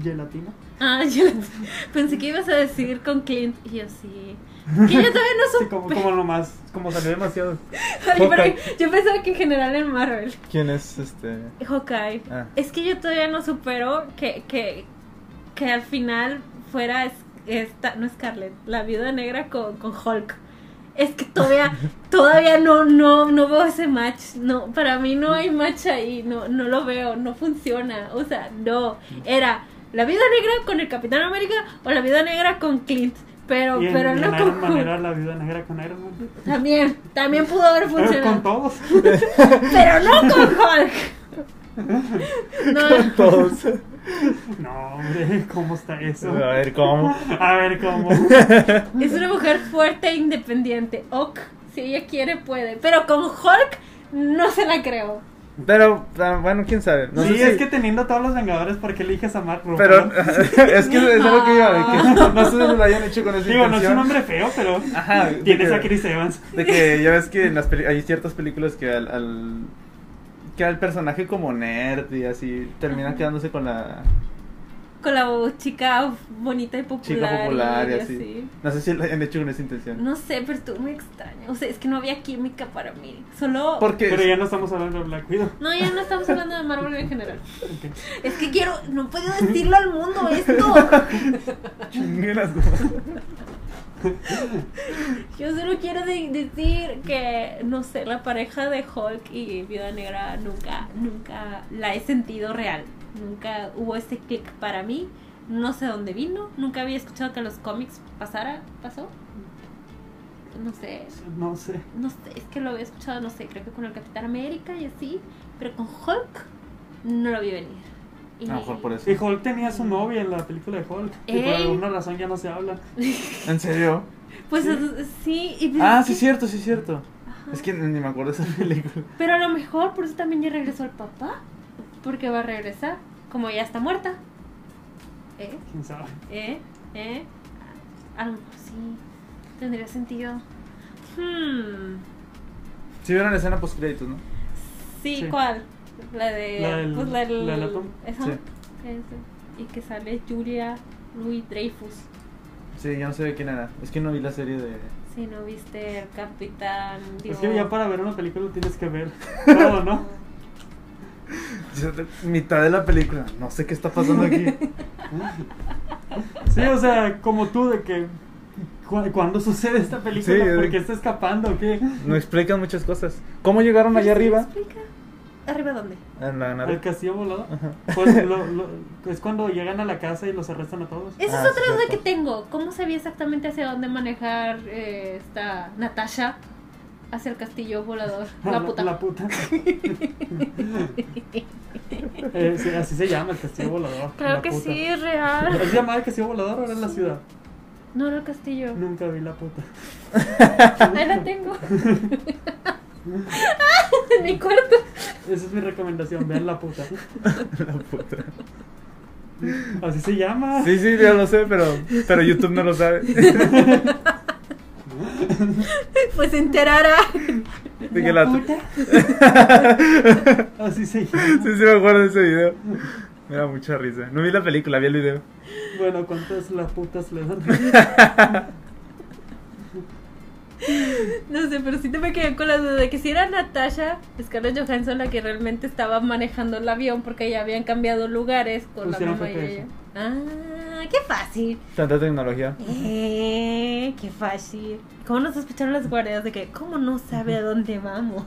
S4: gelatina.
S1: Ah, yo la- pensé que ibas a decir con Clint. Y yo sí. Que yo todavía no
S2: Sí,
S1: supe.
S2: como, como nomás, como salió demasiado.
S1: Ay, pero
S3: Hawkeye.
S1: yo pensaba que en general en Marvel.
S3: ¿Quién es este?
S1: Hawkeye.
S3: Ah.
S1: Es que yo todavía no supero que, que, que al final fuera es- esta, no Scarlett, la viuda negra con, con Hulk. Es que todavía, todavía no, no, no veo ese match. No, para mí no hay match ahí, no, no lo veo, no funciona. O sea, no. Era la viuda negra con el Capitán América o la viuda negra con Clint. Pero,
S2: y en,
S1: pero
S2: y
S1: no
S2: en
S1: con
S2: Iron Man
S1: Hulk.
S2: era la viuda negra con Iron Man.
S1: También, también pudo haber
S2: Pero con
S1: funcionado.
S2: todos.
S1: Pero no con Hulk. No,
S3: Todos.
S2: No, hombre, ¿cómo está eso?
S3: A ver, ¿cómo?
S2: A ver cómo.
S1: Es una mujer fuerte e independiente. Ok, si ella quiere, puede. Pero con Hulk no se la creo.
S3: Pero, ah, bueno, quién sabe. No
S2: sí,
S3: sé
S2: es
S3: si-
S2: que teniendo a todos los Vengadores, ¿por qué eliges a Mark Ruffalo?
S3: Pero es que es lo que iba, de que no sé si lo hayan hecho con esa
S2: Digo, no es
S3: intención.
S2: un hombre feo, pero
S3: Ajá, de
S2: tienes
S3: que-
S2: a Chris Evans.
S3: De que ya ves que en las peli- hay ciertas películas que al, al- que al personaje como nerd y así termina quedándose con la
S1: Con la chica bonita y popular.
S3: chica popular y así.
S1: así.
S3: No sé si lo han hecho con esa intención.
S1: No sé, pero tú me extraño. O sea, es que no había química para mí. Solo.
S3: Porque
S2: Pero ya no estamos hablando de Black Widow.
S1: No, ya no estamos hablando de Marvel en general.
S2: Ok.
S1: Es que quiero. No puedo decirlo al mundo esto.
S3: Chingue las-
S1: Yo solo quiero de- decir que, no sé, la pareja de Hulk y Viuda Negra nunca, nunca la he sentido real. Nunca hubo ese click para mí. No sé dónde vino. Nunca había escuchado que en los cómics pasara. ¿Pasó? No sé.
S2: No sé.
S1: No sé, es que lo había escuchado, no sé, creo que con el Capitán América y así. Pero con Hulk no lo vi venir.
S3: A lo mejor por eso.
S2: Y Hulk tenía su novia en la película de Hulk. Y por
S1: Ey.
S2: alguna razón ya no se habla.
S3: ¿En serio?
S1: Pues es- sí. y pues
S3: Ah,
S1: es
S3: sí
S1: que-
S3: es cierto, sí es cierto.
S1: Ajá.
S3: Es que ni me acuerdo de esa película.
S1: Pero a lo mejor por eso también ya regresó el papá. Porque va a regresar. Como ya está muerta. ¿Eh?
S2: ¿Quién sabe?
S1: ¿Eh? ¿Eh? A lo mejor sí. Tendría sentido. Hmm.
S3: Sí vieron la escena post créditos, ¿no?
S1: Sí,
S2: Sí.
S1: ¿cuál? La de.
S2: La del-
S1: pues la del.
S2: la del átomo.
S1: esa,
S3: Sí.
S1: esa. Y que sale Julia Louis Dreyfus.
S3: Sí, yo no sé de quién era. Es que no vi la serie de
S1: Si no viste el Capitán.
S2: Es
S1: digo- Pues,
S2: que ya para ver una película tienes que ver todo, ¿no?
S3: Yo de- mitad de la película. No sé qué está pasando aquí.
S2: Sí, o sea, como tú de que... cu- ¿Cuándo sucede esta película?
S3: Sí,
S2: ¿Por
S3: de-
S2: qué está escapando? o ¿Qué?
S3: No explican muchas cosas. ¿Cómo llegaron
S1: ¿Pero
S3: allá
S1: sí me
S3: arriba?
S1: explica? ¿Arriba dónde?
S3: En la nave.
S2: ¿El castillo volado?
S3: Ajá.
S2: Pues lo- lo- es cuando llegan a la casa y los arrestan a todos.
S1: Esa
S3: Ah,
S1: es
S3: sí,
S1: otra duda
S3: cierto.
S1: que tengo. ¿Cómo sabía exactamente hacia dónde manejar eh, esta Natasha? Hacia el castillo volador. La puta.
S2: La puta. Eh, sí, así se llama el castillo volador.
S1: Claro
S2: la
S1: que
S2: puta.
S1: sí, es real.
S2: ¿Es llamada el castillo volador ahora en la ciudad?
S1: No era el castillo.
S2: Nunca vi la puta.
S1: Ahí la tengo. en mi cuarto.
S2: Esa es mi recomendación, vean la puta.
S3: La puta.
S2: Así se llama.
S3: Sí, sí, yo lo sé, pero, pero YouTube no lo sabe.
S1: Pues se enterará.
S3: De que la-
S2: Así se
S3: Sí,
S2: llama.
S3: sí, me acuerdo de ese video. Me da mucha risa. No vi la película, vi el video.
S2: Bueno, ¿cuántas la putas le dan?
S1: No sé, pero sí te me quedé con la duda de que si era Natasha, Scarlett Johansson la que realmente estaba manejando el avión porque ya habían cambiado lugares con la
S2: Pusieron
S1: mamá y
S2: GPS.
S1: ella. Ah, qué fácil.
S3: Tanta tecnología.
S1: Eh, qué fácil. ¿Cómo nos sospecharon las guardias de que, cómo no sabe a dónde vamos?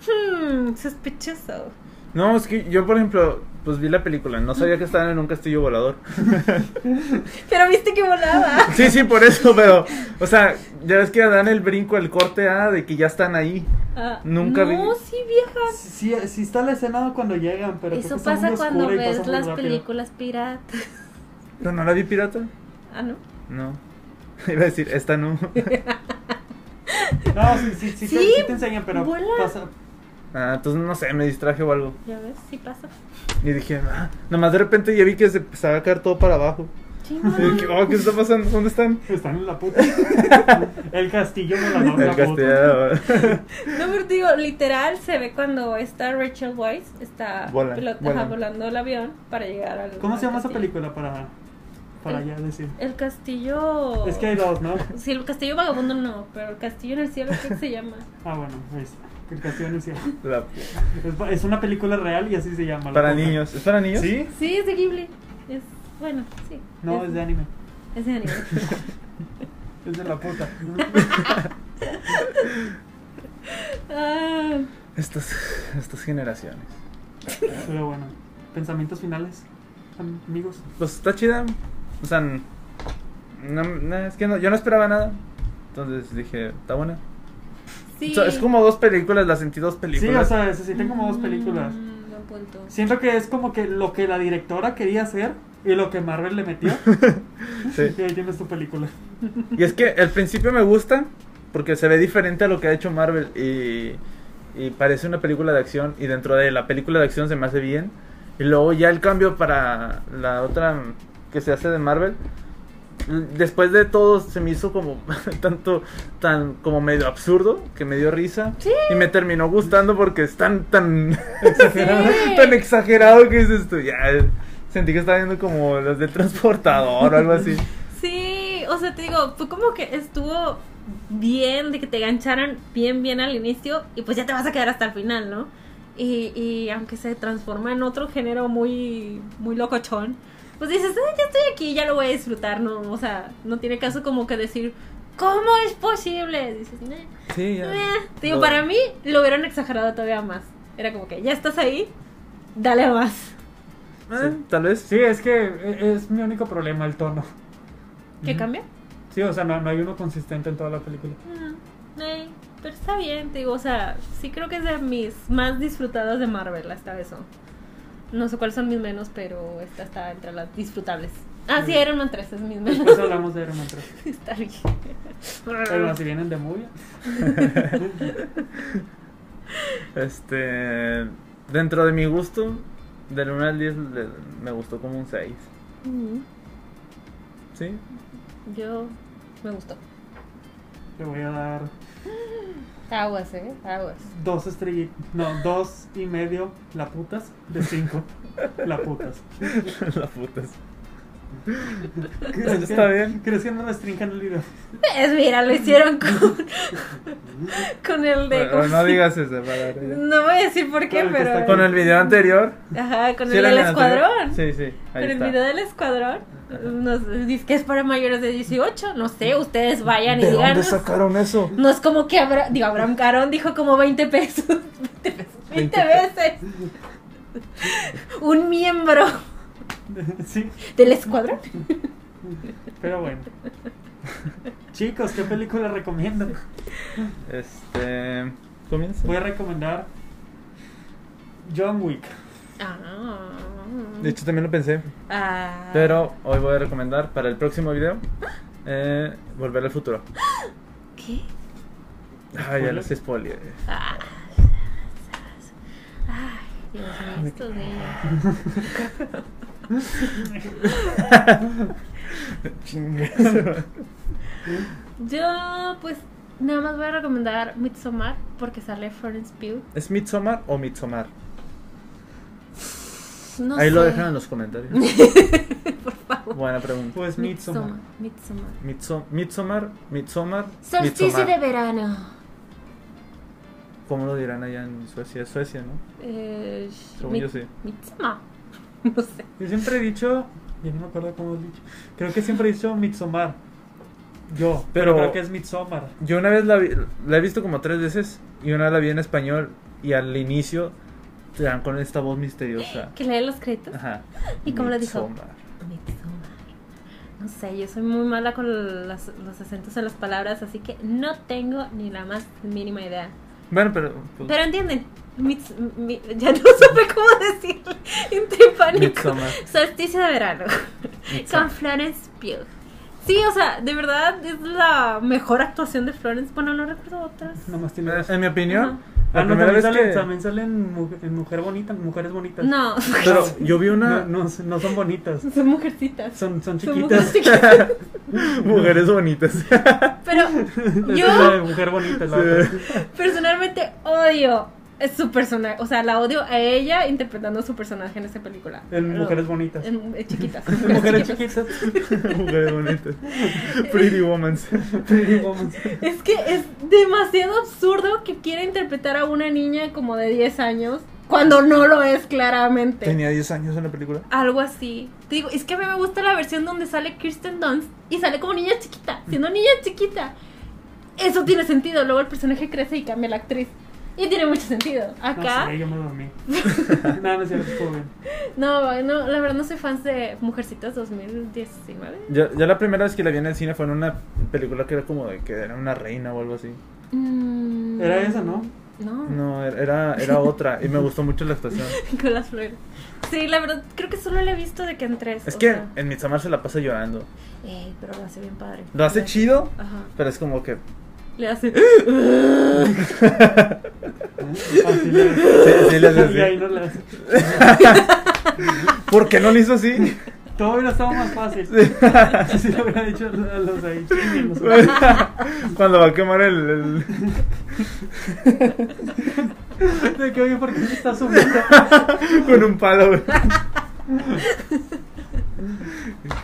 S1: Hmm, sospechoso.
S3: No, es que yo, por ejemplo, pues vi la película. No sabía que estaban en un castillo volador.
S1: Pero viste que volaba.
S3: Sí, sí, por eso, pero. O sea, ya ves que dan el brinco, el corte A de que ya están ahí.
S1: Ah,
S3: Nunca vi.
S1: No, sí, vieja.
S2: Sí, sí está la escena cuando llegan, pero creo que
S1: Eso
S2: está muy
S1: pasa cuando
S2: oscura y
S1: ves
S2: pasa muy
S1: las
S2: rápido.
S1: películas piratas.
S3: Pero no la vi pirata.
S1: Ah, no.
S3: No. Iba a decir, esta no.
S2: No, sí, sí, sí, te-
S1: Sí,
S2: sí te enseñan, pero
S1: vuela.
S2: pasa.
S3: Ah, entonces no sé, me distraje o algo.
S1: Ya ves, sí pasa.
S3: Y dije, ah, nomás de repente ya vi que se empezaba a caer todo para abajo. Y que, oh, ¿Qué está pasando? ¿Dónde están?
S2: Están en la puta. El castillo me la mamó
S3: El
S2: la puta.
S3: castillo.
S1: No, pero te digo, literal se ve cuando está Rachel Weisz, está
S3: Vuela,
S1: pilota-
S3: vuela.
S1: ajá, volando el avión para llegar al.
S2: ¿Cómo se llama
S1: al
S2: esa
S1: castillo.
S2: película para, para ya decir?
S1: El castillo.
S2: Es que hay dos, ¿no?
S1: Sí, el castillo vagabundo no, pero el castillo en el cielo, ¿qué se llama?
S2: Ah, bueno, es El castillo en el cielo.
S3: La-
S2: Es, pa- es una película real y así se llama. la
S3: Para
S2: cosa.
S3: niños. ¿Es para niños?
S2: ¿Sí?
S1: Sí, es de Ghibli. Es, bueno, sí.
S2: No, es de anime.
S1: Es de anime.
S2: Es de la puta.
S1: Ah,
S3: Estas, estas generaciones.
S2: Pero bueno, pensamientos finales, amigos.
S3: Pues está chida. O sea, n- no, no, es que no, yo no esperaba nada. Entonces dije, está buena.
S1: sí.
S3: O sea, es como dos películas, las sentí dos
S2: Sí,
S3: películas.
S2: o sea, se sienten como dos películas.
S1: Mm, buen punto.
S2: Siento que es como que lo que la directora quería hacer y lo que Marvel le metió.
S3: Sí.
S2: Y ahí tienes tu película.
S3: Y es que al principio me gusta porque se ve diferente a lo que ha hecho Marvel y, y parece una película de acción y dentro de la película de acción se me hace bien. Y luego ya el cambio para la otra que se hace de Marvel. l- Después de todo se me hizo como tanto tan como medio absurdo que me dio risa
S1: Sí.
S3: y me terminó gustando porque es tan tan
S1: Exagerado.
S3: tan exagerado que es esto ya sentí que estaba viendo como las del transportador o algo así
S1: Sí, o sea, te digo, fue como que estuvo bien de que te gancharan bien, bien al inicio y pues ya te vas a quedar hasta el final, ¿no? Y, y aunque se transforma en otro género muy, muy locochón, pues dices, "Ah, ya estoy aquí, ya lo voy a disfrutar, ¿no? O sea, no tiene caso como que decir, ¿cómo es posible? Dices, "Nah".
S3: sí ya.
S1: Eh, te digo,
S3: No.
S1: para mí lo hubieran exagerado todavía más. Era como que, ya estás ahí, dale a más.
S3: Eh, Tal vez.
S2: Sí, es que e- es mi único problema, el tono.
S1: ¿Qué
S3: Ujú.
S1: cambia?
S2: Sí, o sea, no, no hay uno consistente en toda la película.
S1: Mm, eh, pero está bien, te digo, o sea, sí creo que es de mis más disfrutadas de Marvel hasta eso. No sé cuáles son mis menos, pero esta está entre las disfrutables. Ah,
S3: Mm.
S1: sí, Iron Man 3 es mis menos.
S2: Después hablamos de Iron Man 3.
S1: está bien.
S2: Pero si vienen de movie.
S3: Este. Dentro de mi gusto, del 1 al 10 le- me gustó como un 6.
S1: Mm,
S3: ¿Sí?
S1: Yo me gustó.
S2: Le voy a dar
S1: Aguas, eh, aguas.
S2: dos estrellitas. No, dos y medio la putas de cinco la putas.
S3: La puta. es-
S2: ¿Crees que-
S3: Está bien.
S2: ¿Crees que no restrinjan el video?
S1: Pues mira, lo hicieron con, con el de.
S3: Pero no digas eso, para-
S1: No voy a decir por qué,
S2: Con el que
S1: pero.
S2: está
S3: Con el video anterior.
S1: Ajá, con
S3: ¿sí
S1: el
S3: era
S1: del
S3: anterior?
S1: escuadrón.
S3: Sí, sí. Ahí
S1: Pero el
S3: está.
S1: video del escuadrón nos dice que es para mayores de 18. No sé, ustedes vayan y digan.
S3: eso?
S1: No es como que Abra- digo, Abraham Carón dijo como 20 pesos. 20 pesos. 20 veces. Un miembro
S2: Sí,
S1: del escuadrón.
S2: pero bueno. Chicos, ¿qué película recomiendan?
S3: Este. Comienza.
S2: Voy a recomendar John Wick.
S1: Ah.
S3: De hecho, también lo pensé.
S1: Ah.
S3: Pero hoy voy a recomendar para el próximo video eh, Volver al futuro.
S1: ¿Qué?
S3: Ah, ya los spoiler.
S1: Ah. Ay, Dios mío, estos niños.
S3: Chingas.
S1: Yo, pues, nada más voy a recomendar Midsommar porque sale Florence Pugh.
S3: ¿Es Midsommar o Midsommar?
S1: No
S3: Ahí
S1: sé.
S3: lo dejan en los comentarios.
S1: Por favor.
S3: Buena pregunta.
S2: Pues Midsommar.
S1: Midsommar.
S3: Midso- Midsommar, Midsommar,
S1: Solsticio
S3: Midsommar.
S1: de verano.
S3: ¿Cómo lo dirán allá en Suecia? Es Suecia, ¿no?
S1: Eh,
S3: Según yo sí.
S1: Midsommar. No sé.
S2: Yo siempre he dicho, yo no me acuerdo cómo he dicho. Creo que siempre he dicho Midsommar. Yo, pero,
S3: Pero-
S2: creo que es Midsommar.
S3: Yo una vez la, vi- la he visto como tres veces y una la vi en español y al inicio te dan con esta voz misteriosa.
S1: Que lee los créditos.
S3: Ajá.
S1: ¿Y cómo lo dijo?
S3: Midsommar.
S1: Midsommar. No sé, yo soy muy mala con las- los acentos en las palabras, así que no tengo ni la más mínima idea.
S3: Bueno, pero... pues,
S1: Pero entienden. Mids- mi- ya no supe cómo decirle. Entré en pánico.
S3: Midsommar.
S1: Solsticio de verano. Con
S3: Midsommar.
S1: Florence Pugh. Sí, o sea, de verdad es la mejor actuación de Florence. Bueno, no recuerdo otras.
S2: Nomás tiene
S3: Eh,
S2: dos.
S3: En mi opinión, La
S2: Ah, no,
S3: primera
S2: también
S3: vez
S2: salen,
S3: que-
S2: también salen mu- en mujer bonita, mujeres bonitas.
S1: No,
S3: Pero yo vi una.
S2: Ah, No, no, no son bonitas.
S1: son mujercitas.
S2: Son, son
S1: Son
S2: chiquitas.
S1: mujercitas.
S3: Mujeres bonitas.
S1: Pero
S2: Esa es la de
S1: yo
S2: mujer bonita, la otra.
S3: Sí.
S1: personalmente odio es su personaje. O sea, la odio a ella interpretando a su personaje en esa película.
S2: En
S1: Lo-
S2: mujeres bonitas.
S1: En, en chiquitas.
S2: En mujeres chiquitas.
S3: Mujeres bonitas. Pretty woman.
S2: Pretty Woman.
S1: Es que es demasiado absurdo que quiera interpretar a una niña como de 10 años cuando no lo es claramente.
S3: Tenía 10 años en la película.
S1: Algo así. Te digo, es que a mí me gusta la versión donde sale Kirsten Dunst y sale como niña chiquita, siendo niña chiquita. Eso tiene sentido. Luego el personaje crece y cambia la actriz. Y tiene mucho sentido. Acá,
S2: No sé, yo me dormí. Nada, no es cierto, joven.
S1: no, no, la verdad no soy fan de Mujercitas 2019.
S3: Yo, yo la primera vez que la vi en el cine fue en una película que era como de que era una reina o algo así.
S1: Mm,
S2: Era esa, ¿no?
S1: No.
S3: No, era- era, era otra y me gustó mucho la actuación.
S1: Con las flores. Sí, la verdad, creo que solo la he visto de que en tres.
S3: Es
S1: o
S3: que eh,
S1: sea.
S3: en Midsommar se la pasa llorando.
S1: Ey, pero lo hace bien padre.
S3: Lo hace chido,
S1: Ajá.
S3: pero es como que
S1: Le hace.
S2: Así le-
S3: Sí, sí le hace
S2: Ah, Y ahí
S3: así.
S2: no le hace.
S3: ¿Por qué no lo hizo así?
S2: Todo hubiera estado más fácil. Si lo hubiera dicho a los ahí. chinguenos.
S3: Cuando va a quemar el, el-
S2: De que, oye, ¿por qué se está subiendo?
S3: con un palo. güey.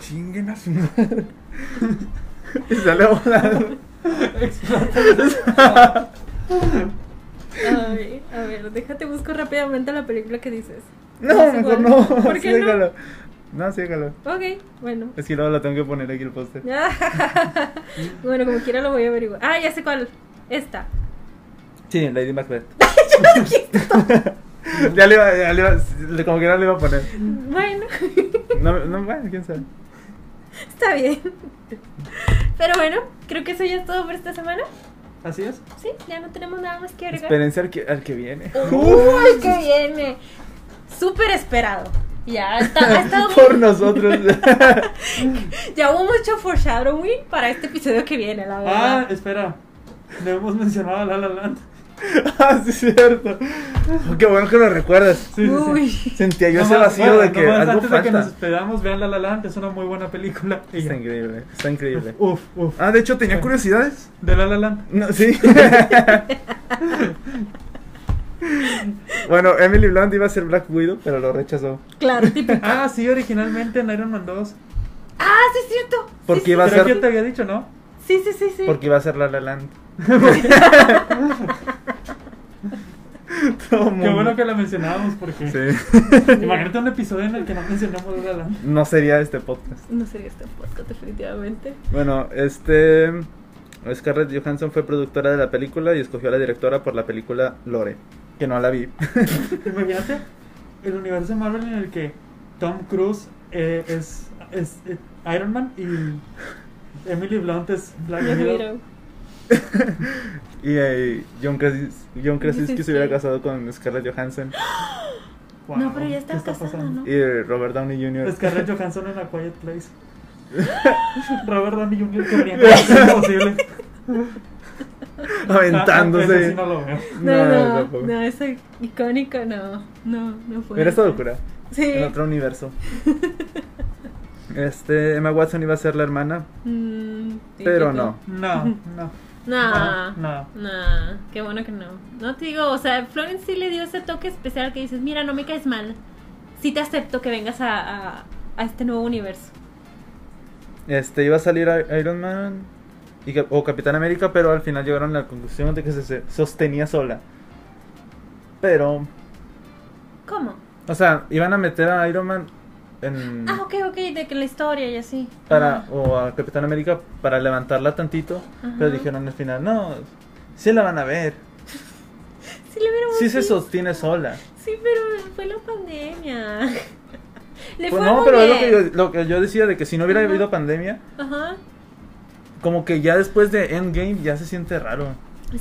S3: Chinguen a su madre. Y sale volando.
S1: Ay, a ver, déjate busco rápidamente la película que dices.
S3: No,
S1: Es
S3: mejor
S1: igual.
S3: no.
S1: ¿Por
S3: Sí,
S1: qué no?
S3: déjalo. No, sí, déjalo.
S1: Ok, bueno.
S3: Es que luego la tengo que poner aquí el póster.
S1: bueno, como quiera lo voy a averiguar. Ah, ya sé cuál. Esta.
S3: Sí, Lady Macbeth. ya le iba, ya le iba, como que no le iba a poner.
S1: Bueno,
S3: No, no, bueno, quién sabe.
S1: está bien. Pero bueno, creo que eso ya es todo por esta semana.
S2: Así es.
S1: Sí, ya no tenemos nada más que agregar.
S3: Espérense al que, al que viene.
S1: Uy, que viene. Súper esperado. Ya está, ha estado muy-
S3: Por nosotros.
S1: Ya hubo mucho foreshadowing para este episodio que viene, la
S2: Ah,
S1: verdad.
S2: espera. Le hemos mencionado a La La Land.
S3: ah, sí, es cierto. Oh, Qué bueno que lo recuerdas.
S2: Sí, sí, sí.
S1: Uy.
S3: Sentía yo
S2: No
S3: ese
S2: más,
S3: vacío
S2: bueno,
S3: de que
S2: no más,
S3: algo
S2: antes de que nos
S3: falta.
S2: esperamos, vean La La Land, es una muy buena película. Y
S3: Está
S2: ya.
S3: increíble, está increíble.
S2: Uf, uf.
S3: Ah, de hecho, tenía curiosidades.
S2: De La La Land.
S3: No, sí. bueno, Emily Blunt iba a ser Black Widow, pero lo rechazó.
S1: Claro, típico.
S2: Ah, sí, originalmente en Iron Man 2.
S1: Ah, sí es cierto.
S3: Porque iba a
S2: Creo que
S3: ser.
S2: yo te había dicho, ¿no?
S1: Sí, sí, sí, sí.
S3: Porque iba a ser La La Land. Todo
S2: Qué
S3: mundo-
S2: bueno que la mencionábamos porque
S3: Sí.
S2: imagínate un episodio en el que no mencionamos La La Land.
S3: No sería este podcast.
S1: No sería este podcast, definitivamente.
S3: Bueno, este. Scarlett Johansson fue productora de la película y escogió a la directora por la película Lore, que no la vi.
S2: Imagínate el universo de Marvel en el que Tom Cruise eh, es, es, eh, Iron Man y Emily Blunt es
S3: Ah,
S2: Black
S1: Dios
S2: Widow.
S1: mío.
S3: y eh, John, Krasis, John Krasinski
S1: Sí, sí.
S3: se hubiera casado con Scarlett Johansson
S2: Wow,
S1: No, pero ya está
S2: ¿qué
S1: casada, ¿no?
S3: y eh, Robert Downey Jr.
S2: Scarlett Johansson en A Quiet Place. Robert Downey Jr. corriendo. es imposible. Ah, eso
S3: aventándose.
S2: sí no lo veo.
S1: No, no, no,
S3: tampoco.
S1: eso icónico, no, no, no fue.
S3: Hubiera estado cura.
S1: Sí.
S3: En otro universo. Este, Emma Watson iba a ser la hermana,
S1: Mm, sí,
S3: pero
S1: sí,
S3: no.
S2: No, no.
S1: sí. Nah,
S2: No, no.
S1: nah, qué bueno que no. No te digo, o sea, Florence sí le dio ese toque especial que dices, mira, no me caes mal. Sí te acepto que vengas a, a, a este nuevo universo.
S3: Este, iba a salir I- Iron Man y, Cap- o Capitán América, pero al final llegaron a la conclusión de que se- se sostenía sola. Pero,
S1: ¿Cómo?
S3: o sea, iban a meter a Iron Man en,
S1: Ah, ok, ok, de que la historia y así.
S3: Mm. para,
S1: Ah.
S3: o a Capitán América para levantarla tantito,
S1: Ajá.
S3: pero dijeron al final, no, sí la van a ver,
S1: Sí, le hubiéramos
S3: sí se
S1: visto.
S3: sostiene sola.
S1: Sí, pero fue la pandemia. Le
S3: Pues
S1: fue
S3: no,
S1: muy
S3: pero es lo
S1: bien.
S3: que, yo, lo que yo decía de que si no hubiera
S1: Ajá.
S3: habido pandemia,
S1: Ajá.
S3: como que ya después de Endgame ya se siente raro.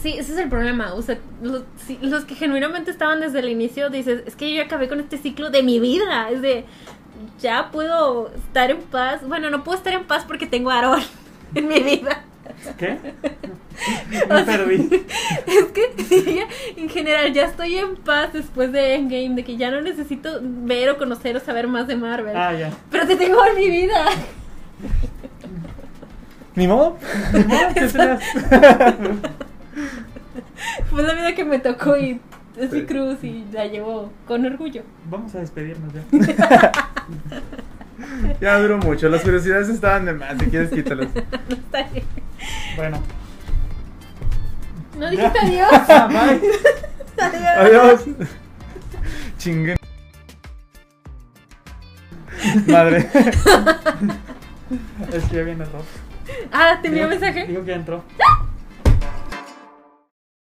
S1: Sí, ese es el problema. O sea, los, sí, los que genuinamente estaban desde el inicio, dices, es que yo ya acabé con este ciclo de mi vida. Es de, ya puedo estar en paz. Bueno, no puedo estar en paz porque tengo a Aaron en mi vida.
S2: ¿Qué?
S1: O sea,
S2: Me perdí.
S1: Es que sí, ya, en general ya estoy en paz después de Endgame, de que ya no necesito ver o conocer o saber más de Marvel.
S2: Ah, ya.
S1: Pero te tengo en mi vida.
S3: Ni modo.
S2: Ni modo, ¿qué serás?
S1: Fue la vida que me tocó y es mi
S3: Sí.
S1: cruz y la llevo con orgullo.
S2: Vamos a despedirnos ya.
S3: Ya duró mucho. Las curiosidades estaban de más. Si quieres, quítalas.
S1: No está bien.
S2: Bueno.
S1: No dijiste
S2: Ya.
S1: adiós.
S2: Ah, bye.
S3: Adiós. Chingue. Madre.
S2: Es que ya viene Rob.
S1: Ah, te envió
S2: Digo-
S1: Ah, mensaje.
S2: Digo que entró.